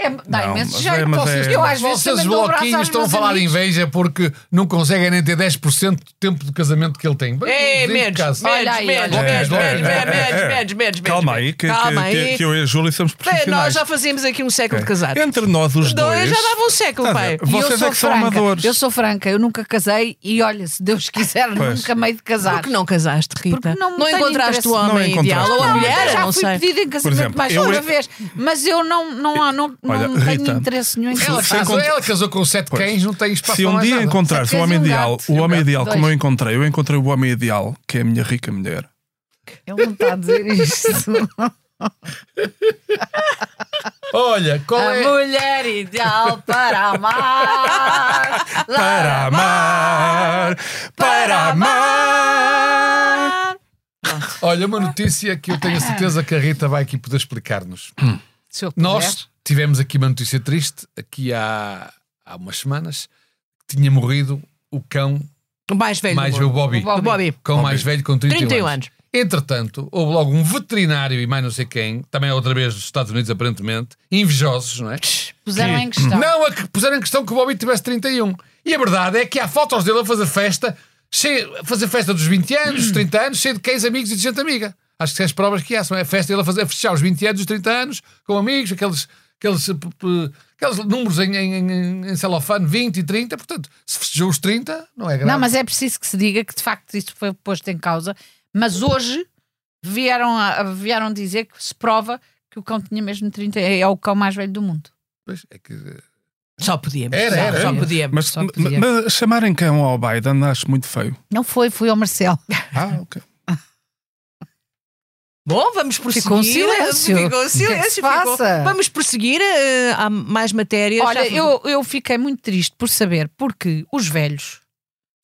Speaker 2: É, dá
Speaker 4: Não,
Speaker 2: imenso
Speaker 4: mas é-
Speaker 2: jeito.
Speaker 4: mas
Speaker 3: Vocês,
Speaker 4: é-
Speaker 2: Eu às vezes
Speaker 3: vocês
Speaker 2: também dou um abraço
Speaker 3: bloquinhos
Speaker 2: aos
Speaker 3: estão a
Speaker 2: meus
Speaker 3: falar de
Speaker 2: amigos.
Speaker 3: inveja porque não conseguem nem ter 10% do tempo de casamento que ele tem. Bem,
Speaker 1: É,
Speaker 3: bem,
Speaker 1: menos, menos,
Speaker 3: caso.
Speaker 2: Olha
Speaker 1: menos,
Speaker 2: aí,
Speaker 1: menos,
Speaker 2: olha.
Speaker 1: menos, menos,
Speaker 3: É,
Speaker 1: menos,
Speaker 3: é,
Speaker 1: menos,
Speaker 4: é.
Speaker 1: menos, menos.
Speaker 4: Calma aí, que,
Speaker 1: Calma
Speaker 4: que- que-
Speaker 1: aí.
Speaker 4: que eu e a Júlia somos
Speaker 1: Bem, Nós
Speaker 4: profissionais.
Speaker 1: já fazíamos aqui um século de casados.
Speaker 4: Entre nós os dois.
Speaker 1: Dois já dava um século,
Speaker 4: Estás a
Speaker 1: pai.
Speaker 4: ver?
Speaker 2: E eu
Speaker 4: Vocês
Speaker 2: sou
Speaker 4: é que são
Speaker 2: franca.
Speaker 4: amadores.
Speaker 2: Eu sou franca, eu nunca casei e olha, se Deus quiser,
Speaker 4: Pois.
Speaker 2: nunca meio de casar.
Speaker 1: Porque não casaste, Rita?
Speaker 2: Porque não me
Speaker 1: Não
Speaker 2: tem
Speaker 1: encontraste
Speaker 2: interesse.
Speaker 1: o
Speaker 4: Não
Speaker 1: homem
Speaker 4: encontraste.
Speaker 1: ideal ou a
Speaker 4: Não,
Speaker 1: mulher?
Speaker 2: eu já
Speaker 1: Não
Speaker 2: fui
Speaker 1: sei.
Speaker 2: pedida em casamento
Speaker 4: exemplo,
Speaker 2: mais
Speaker 4: eu- é-
Speaker 2: uma vez, mas eu não, não, há- não, não
Speaker 4: Olha,
Speaker 2: tenho
Speaker 4: Rita,
Speaker 2: interesse nenhum em
Speaker 3: Ela,
Speaker 2: casar.
Speaker 3: casou,
Speaker 4: encontro-
Speaker 3: ela casou com sete
Speaker 4: Pois.
Speaker 3: cães, não tem espaço
Speaker 4: Se um
Speaker 3: para mais
Speaker 4: dia
Speaker 3: nada.
Speaker 4: encontrares
Speaker 2: Só
Speaker 4: o
Speaker 2: queres
Speaker 4: homem
Speaker 2: um
Speaker 4: ideal,
Speaker 2: gato.
Speaker 4: o
Speaker 2: Um
Speaker 4: homem
Speaker 2: gato,
Speaker 4: ideal
Speaker 2: dois.
Speaker 4: como eu encontrei, eu encontrei o homem ideal, que é a minha rica mulher.
Speaker 2: Ele não está a dizer isto.
Speaker 3: Olha, qual
Speaker 2: a
Speaker 3: é.
Speaker 2: mulher ideal para amar.
Speaker 4: Para amar, para amar.
Speaker 3: Olha, uma notícia que eu tenho a certeza que a Rita vai aqui poder explicar-nos.
Speaker 2: Se eu puder.
Speaker 3: Nós tivemos aqui uma notícia triste, aqui há, há umas semanas, que tinha morrido o cão
Speaker 1: O mais velho.
Speaker 3: mais
Speaker 1: do
Speaker 3: velho,
Speaker 1: mundo.
Speaker 3: Bobby.
Speaker 2: O Bobby. um
Speaker 1: O Bobby.
Speaker 3: Cão mais velho com 31,
Speaker 1: 31
Speaker 3: anos.
Speaker 1: anos.
Speaker 3: Entretanto, houve logo um veterinário e mais não sei quem, também outra vez dos Estados Unidos aparentemente, invejosos, não é?
Speaker 2: Puseram em questão.
Speaker 3: Não a que puseram em questão que o Bobby tivesse 31. E a verdade é que há fotos dele a fazer festa, cheio, a fazer festa dos 20 anos, dos 30 anos, cheio de 15 amigos e de gente amiga. Acho que é as provas que há, são é a festa dele a fazer a festejar os 20 anos, os 30 anos, com amigos, aqueles, aqueles, eh, p- p- aqueles números em, em, em, em celofane, 20 e 30. Portanto, se festejou os 30, não é grave.
Speaker 2: Não, mas é preciso que se diga que de facto isso foi posto em causa, mas hoje vieram, a- vieram dizer que se prova que o cão tinha mesmo 30, é o cão mais velho do mundo.
Speaker 3: Pois, é que-
Speaker 1: Só podíamos.
Speaker 3: Era,
Speaker 1: só-
Speaker 3: era,
Speaker 1: Só
Speaker 3: era.
Speaker 1: podíamos.
Speaker 4: Mas,
Speaker 1: só podíamos.
Speaker 4: mas- mas chamarem cão ao Biden acho muito feio.
Speaker 2: Não foi, foi ao Marcelo.
Speaker 4: Ah, ok.
Speaker 1: Bom, vamos prosseguir.
Speaker 2: Ficou um silêncio.
Speaker 1: Ficou um
Speaker 2: O que é que se
Speaker 1: silêncio. ficou.
Speaker 2: passa?
Speaker 1: Vamos prosseguir. eh, Há mais matérias. Já
Speaker 2: Olha,
Speaker 1: foi-
Speaker 2: eu, eu fiquei muito triste por saber porque os velhos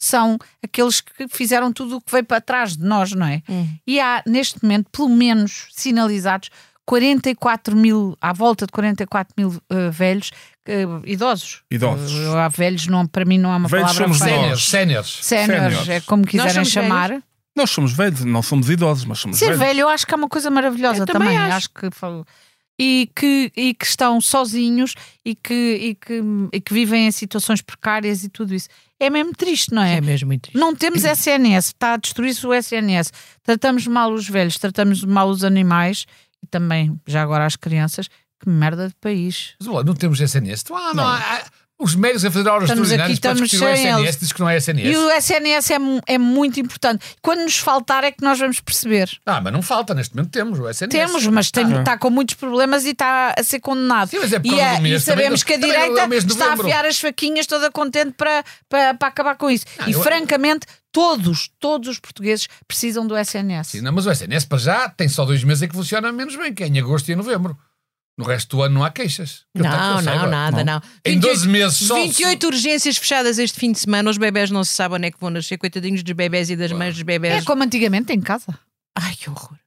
Speaker 2: são aqueles que fizeram tudo o que veio para trás de nós, não é?
Speaker 1: Hum.
Speaker 2: E há, neste momento, pelo menos sinalizados 44 mil, à volta de 44 mil eh, velhos, eh, idosos.
Speaker 4: Idosos.
Speaker 2: Eh, há velhos, não, para mim não é uma
Speaker 4: Velhos
Speaker 2: palavra
Speaker 4: somos
Speaker 2: feia.
Speaker 3: Séniores,
Speaker 4: nós.
Speaker 3: séniores.
Speaker 2: Séniores,
Speaker 4: Séniores.
Speaker 2: é como quiserem
Speaker 1: somos
Speaker 2: chamar.
Speaker 4: Nós somos velhos, não somos idosos, mas somos
Speaker 2: Ser
Speaker 4: velhos.
Speaker 2: velho, eu acho que é uma coisa maravilhosa
Speaker 1: Eu também
Speaker 2: também.
Speaker 1: acho.
Speaker 2: acho. que falo- e que, e que estão sozinhos e que, e, que, e que vivem em situações precárias e tudo isso. É mesmo triste, não é?
Speaker 1: É mesmo muito triste.
Speaker 2: Não temos SNS, está a destruir-se o SNS. Tratamos mal os velhos, tratamos mal os animais e também, já agora, as crianças. Que merda de país.
Speaker 3: Mas, olha, não temos SNS. Então, ah, não, há- há- os médicos a fazer aulas
Speaker 2: Estamos
Speaker 3: extraordinárias
Speaker 2: aqui,
Speaker 3: para
Speaker 2: estamos
Speaker 3: discutir o
Speaker 2: sem
Speaker 3: SNS,
Speaker 2: eles.
Speaker 3: diz que não é SNS.
Speaker 2: E o SNS é, mu- é muito importante. Quando nos faltar é que nós vamos perceber.
Speaker 3: Ah, mas não falta, neste momento temos o SNS.
Speaker 2: Temos, mas tem-
Speaker 3: Ah.
Speaker 2: está com muitos problemas e está a ser condenado.
Speaker 3: Sim, mas é por
Speaker 2: e,
Speaker 3: causa
Speaker 2: a-
Speaker 3: do mês
Speaker 2: e
Speaker 3: também,
Speaker 2: sabemos que
Speaker 3: também
Speaker 2: a
Speaker 3: é o
Speaker 2: direita
Speaker 3: mês de
Speaker 2: está a
Speaker 3: novembro.
Speaker 2: afiar as faquinhas toda contente para, para, para acabar com isso.
Speaker 3: Ah,
Speaker 2: e
Speaker 3: eu-
Speaker 2: francamente, todos, todos os portugueses precisam do SNS.
Speaker 3: Sim, não, mas o SNS para já tem só dois meses em que funciona menos bem, que é em agosto e em novembro. No resto do ano não há queixas. Que eu tanto
Speaker 1: Não,
Speaker 3: eu
Speaker 1: não,
Speaker 3: saiba.
Speaker 1: nada, não.
Speaker 3: Em 12 meses só.
Speaker 1: 28 urgências fechadas este fim de semana. Os bebés não se sabe onde é que vão nascer. Coitadinhos dos bebés e das mães dos
Speaker 2: É
Speaker 1: bebés.
Speaker 2: como antigamente em casa.
Speaker 1: Ai, que horror.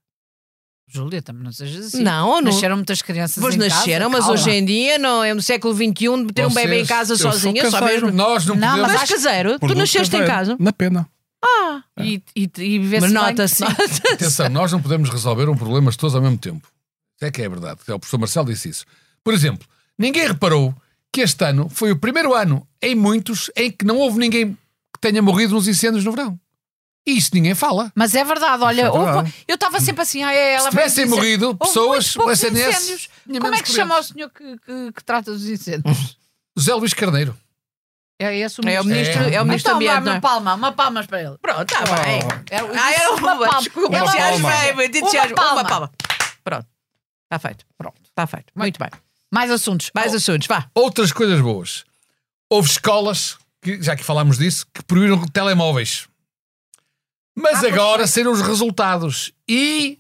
Speaker 2: Júlia, também não sejas assim.
Speaker 1: Não, não.
Speaker 2: Nasceram muitas crianças
Speaker 1: Pois
Speaker 2: em casa,
Speaker 1: nasceram, mas
Speaker 2: calma.
Speaker 1: hoje em dia, não é no século XXI, de ter um bebê em
Speaker 3: Vocês-
Speaker 1: casa
Speaker 3: eu sou
Speaker 1: sozinha, só
Speaker 4: caseiro.
Speaker 1: mesmo.
Speaker 3: Nós não, podemos.
Speaker 2: Não,
Speaker 1: Mas,
Speaker 2: Mas
Speaker 1: mas
Speaker 2: acho-
Speaker 1: caseiro, tu
Speaker 4: Produto
Speaker 1: nasceste em
Speaker 4: caseiro.
Speaker 1: casa.
Speaker 4: Na pena.
Speaker 2: E, e, e vê-se
Speaker 1: Mas
Speaker 2: bem
Speaker 1: nota-se.
Speaker 2: que sim.
Speaker 3: Atenção, nós não podemos resolver um problema todos ao mesmo tempo. Isso É que é verdade. O professor Marcelo disse isso. Por exemplo, ninguém reparou que este ano foi o primeiro ano em muitos em que não houve ninguém que tenha morrido nos incêndios no verão. E isso ninguém fala.
Speaker 2: Mas é verdade, olha,
Speaker 4: Isso é verdade.
Speaker 2: houve- eu estava sempre assim, ah, é, ela
Speaker 3: Se
Speaker 2: vai
Speaker 3: tivessem
Speaker 2: dizer-
Speaker 3: morrido
Speaker 2: houve
Speaker 3: pessoas,
Speaker 2: muito
Speaker 3: o
Speaker 2: poucos
Speaker 3: SNS
Speaker 2: incêndios.
Speaker 3: tinha
Speaker 2: Como é
Speaker 3: menos
Speaker 2: que se chama o
Speaker 3: preços.
Speaker 2: senhor que, que- que trata dos incêndios?
Speaker 3: José Luís Carneiro.
Speaker 2: É esse o
Speaker 1: É o ministro, é. o ministro
Speaker 2: então, vá,
Speaker 1: ambiente. não
Speaker 2: uma
Speaker 1: é?
Speaker 2: palma, uma palma para ele.
Speaker 1: Pronto, está bem.
Speaker 3: Oh.
Speaker 2: Era, eu
Speaker 1: Ah,
Speaker 2: disse
Speaker 1: era uma, palma. Desculpa,
Speaker 2: Ela-
Speaker 1: entusiasmo,
Speaker 4: palma.
Speaker 1: é, entusiasmo.
Speaker 2: Uma palma.
Speaker 1: Uma palma. Pronto. Está feito. Pronto. Está feito. Muito bem.
Speaker 2: Mais assuntos.
Speaker 1: Mais
Speaker 2: Oh,
Speaker 1: assuntos, vá.
Speaker 3: Outras coisas boas. Houve escolas, que, já que falámos disso, que proibiram telemóveis. Mas agora saíram os resultados. E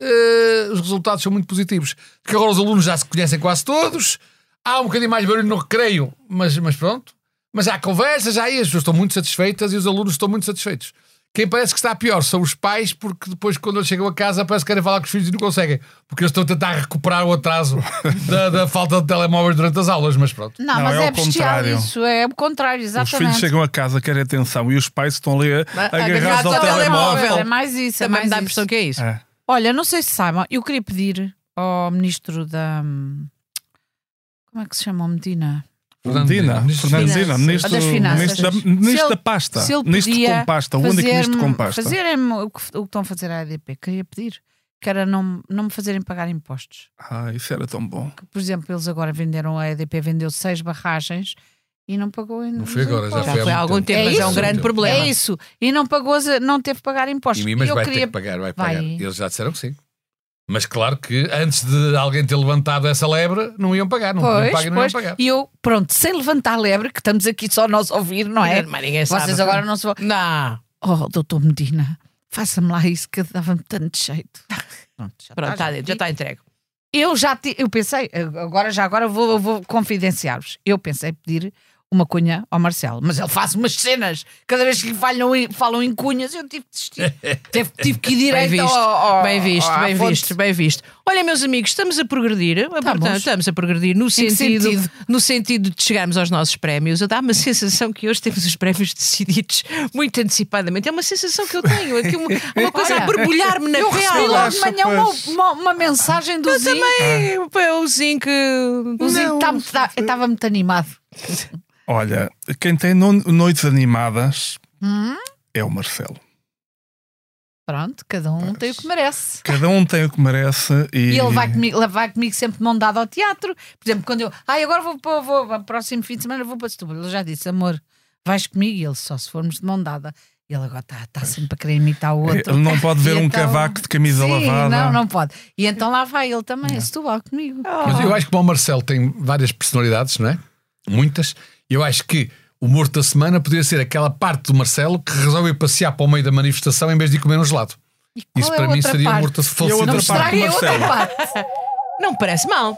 Speaker 3: eh, os resultados são muito positivos. Porque agora os alunos já se conhecem quase todos. Há um bocadinho mais barulho no recreio, mas, mas pronto. Mas há conversas, há isso. As pessoas estão muito satisfeitas e os alunos estão muito satisfeitos. Quem parece que está pior são os pais, porque depois, quando eles chegam a casa, parece que querem falar com os filhos e não conseguem. Porque eles estão a tentar recuperar o atraso da, da falta de telemóveis durante as aulas, mas pronto.
Speaker 2: Não,
Speaker 4: Não,
Speaker 2: mas
Speaker 4: é
Speaker 2: é,
Speaker 4: o
Speaker 2: bestial
Speaker 4: contrário.
Speaker 2: isso, é o contrário,
Speaker 4: Os filhos
Speaker 2: exatamente.
Speaker 4: chegam a casa, querem atenção e os pais estão ali agarrados
Speaker 1: agarrados
Speaker 4: ao
Speaker 1: ao
Speaker 4: telemóvel.
Speaker 1: telemóvel.
Speaker 2: É mais isso, é
Speaker 1: Também me
Speaker 2: mais
Speaker 1: dá a
Speaker 2: isso.
Speaker 1: impressão que é isso.
Speaker 4: É.
Speaker 2: Olha, não sei se saibam, eu queria pedir ao ministro da... Como é que se chama o Medina?
Speaker 4: Medina, Fernando Medina,
Speaker 2: Finanças. Das
Speaker 4: ministro, ministro, da,
Speaker 2: finanças. Se
Speaker 4: ministro
Speaker 2: ele-
Speaker 4: da pasta,
Speaker 2: se ele
Speaker 4: ministro
Speaker 2: podia
Speaker 4: com pasta, é o único ministro com pasta.
Speaker 2: fazerem-me o que, o que estão a fazer à ADP, queria pedir, que era não, não me fazerem pagar impostos.
Speaker 4: Ah, isso era tão bom.
Speaker 2: Que, por exemplo, eles agora venderam, a ADP vendeu seis barragens e não pagou ainda.
Speaker 3: Não foi agora, já
Speaker 1: Já
Speaker 3: foi há
Speaker 1: foi há
Speaker 3: muito
Speaker 1: algum tempo,
Speaker 2: É
Speaker 1: mas é
Speaker 2: isso.
Speaker 1: um grande problema.
Speaker 2: É isso. E não pagou, as- não teve que pagar impostos.
Speaker 3: E, mas
Speaker 2: eu
Speaker 3: vai ter
Speaker 2: queria.
Speaker 3: que pagar, vai
Speaker 2: Vai.
Speaker 3: pagar. Eles já disseram que sim. Mas claro que antes de alguém ter levantado essa lebre, não iam pagar, não iam
Speaker 2: Pois,
Speaker 3: pagar, não iam
Speaker 2: pois.
Speaker 3: pagar.
Speaker 2: E eu, pronto, sem levantar a lebre, que estamos aqui só nós a ouvir, não é?
Speaker 1: Mas ninguém sabe.
Speaker 2: Vocês agora não se vão.
Speaker 1: Não.
Speaker 2: Oh, doutor Medina, faça-me lá isso que dava-me tanto jeito. Pronto, já
Speaker 1: Pronto, está, já está entregue.
Speaker 2: Eu já ti- eu pensei, agora já agora vou, eu vou confidenciar-vos. Eu pensei em pedir uma cunha ao Marcelo, mas ele faz umas cenas. Cada vez que lhe falham, em- falam em cunhas, eu tive que desistir. tive, tive que ir
Speaker 1: Bem
Speaker 2: direito
Speaker 1: visto,
Speaker 2: ao, ao-
Speaker 1: bem visto,
Speaker 2: à
Speaker 1: bem
Speaker 2: fonte.
Speaker 1: visto, bem visto. Olha, meus amigos, estamos a progredir. portanto, estamos a progredir no
Speaker 2: que
Speaker 1: sentido,
Speaker 2: sentido?
Speaker 1: no sentido de chegarmos aos nossos prémios. Eu dá-me a sensação que hoje temos os prémios decididos muito antecipadamente. É uma sensação que eu tenho. Aqui uma, uma coisa a
Speaker 2: Olha,
Speaker 1: borbulhar-me na
Speaker 2: Eu recebi
Speaker 1: pele.
Speaker 2: logo de
Speaker 4: acho,
Speaker 2: manhã uma,
Speaker 4: pois.
Speaker 2: uma, uma mensagem do Zinho.
Speaker 1: Também pá, o zinco.
Speaker 2: O Zinho tá- tá- estava muito animado.
Speaker 4: Olha, quem tem no- noites animadas
Speaker 2: Hum?
Speaker 4: é o Marcelo.
Speaker 2: Pronto, cada um tem o que merece.
Speaker 4: Cada um tem o que merece e,
Speaker 2: E ele vai comigo, ele vai comigo sempre de mão dada ao teatro. Por exemplo, quando eu. Ai, agora vou para. Vou, para o próximo fim de semana vou para Setúbal. Ele já disse, amor, vais comigo? E ele, só se formos de mão dada. E ele agora está está sempre a querer imitar o outro.
Speaker 4: ele não pode
Speaker 2: E
Speaker 4: ver um
Speaker 2: então-
Speaker 4: cavaco de camisa
Speaker 2: Sim,
Speaker 4: lavada.
Speaker 2: Não, não pode. E então lá vai ele também, a Setúbal comigo.
Speaker 3: Mas eu acho que o Marcelo tem várias personalidades, não é? Muitas. Eu acho que o morto da semana poderia ser aquela parte do Marcelo que resolve ir passear para o meio da manifestação em vez de ir comer um gelado.
Speaker 2: E qual
Speaker 3: Isso
Speaker 2: é a
Speaker 3: para mim
Speaker 2: outra
Speaker 3: seria o
Speaker 2: parte?
Speaker 3: morto se fosse
Speaker 4: E a
Speaker 2: Não
Speaker 4: outra
Speaker 2: me
Speaker 3: Marcelo.
Speaker 4: parte do
Speaker 2: estraguem a outra parte.
Speaker 1: Não me parece mal.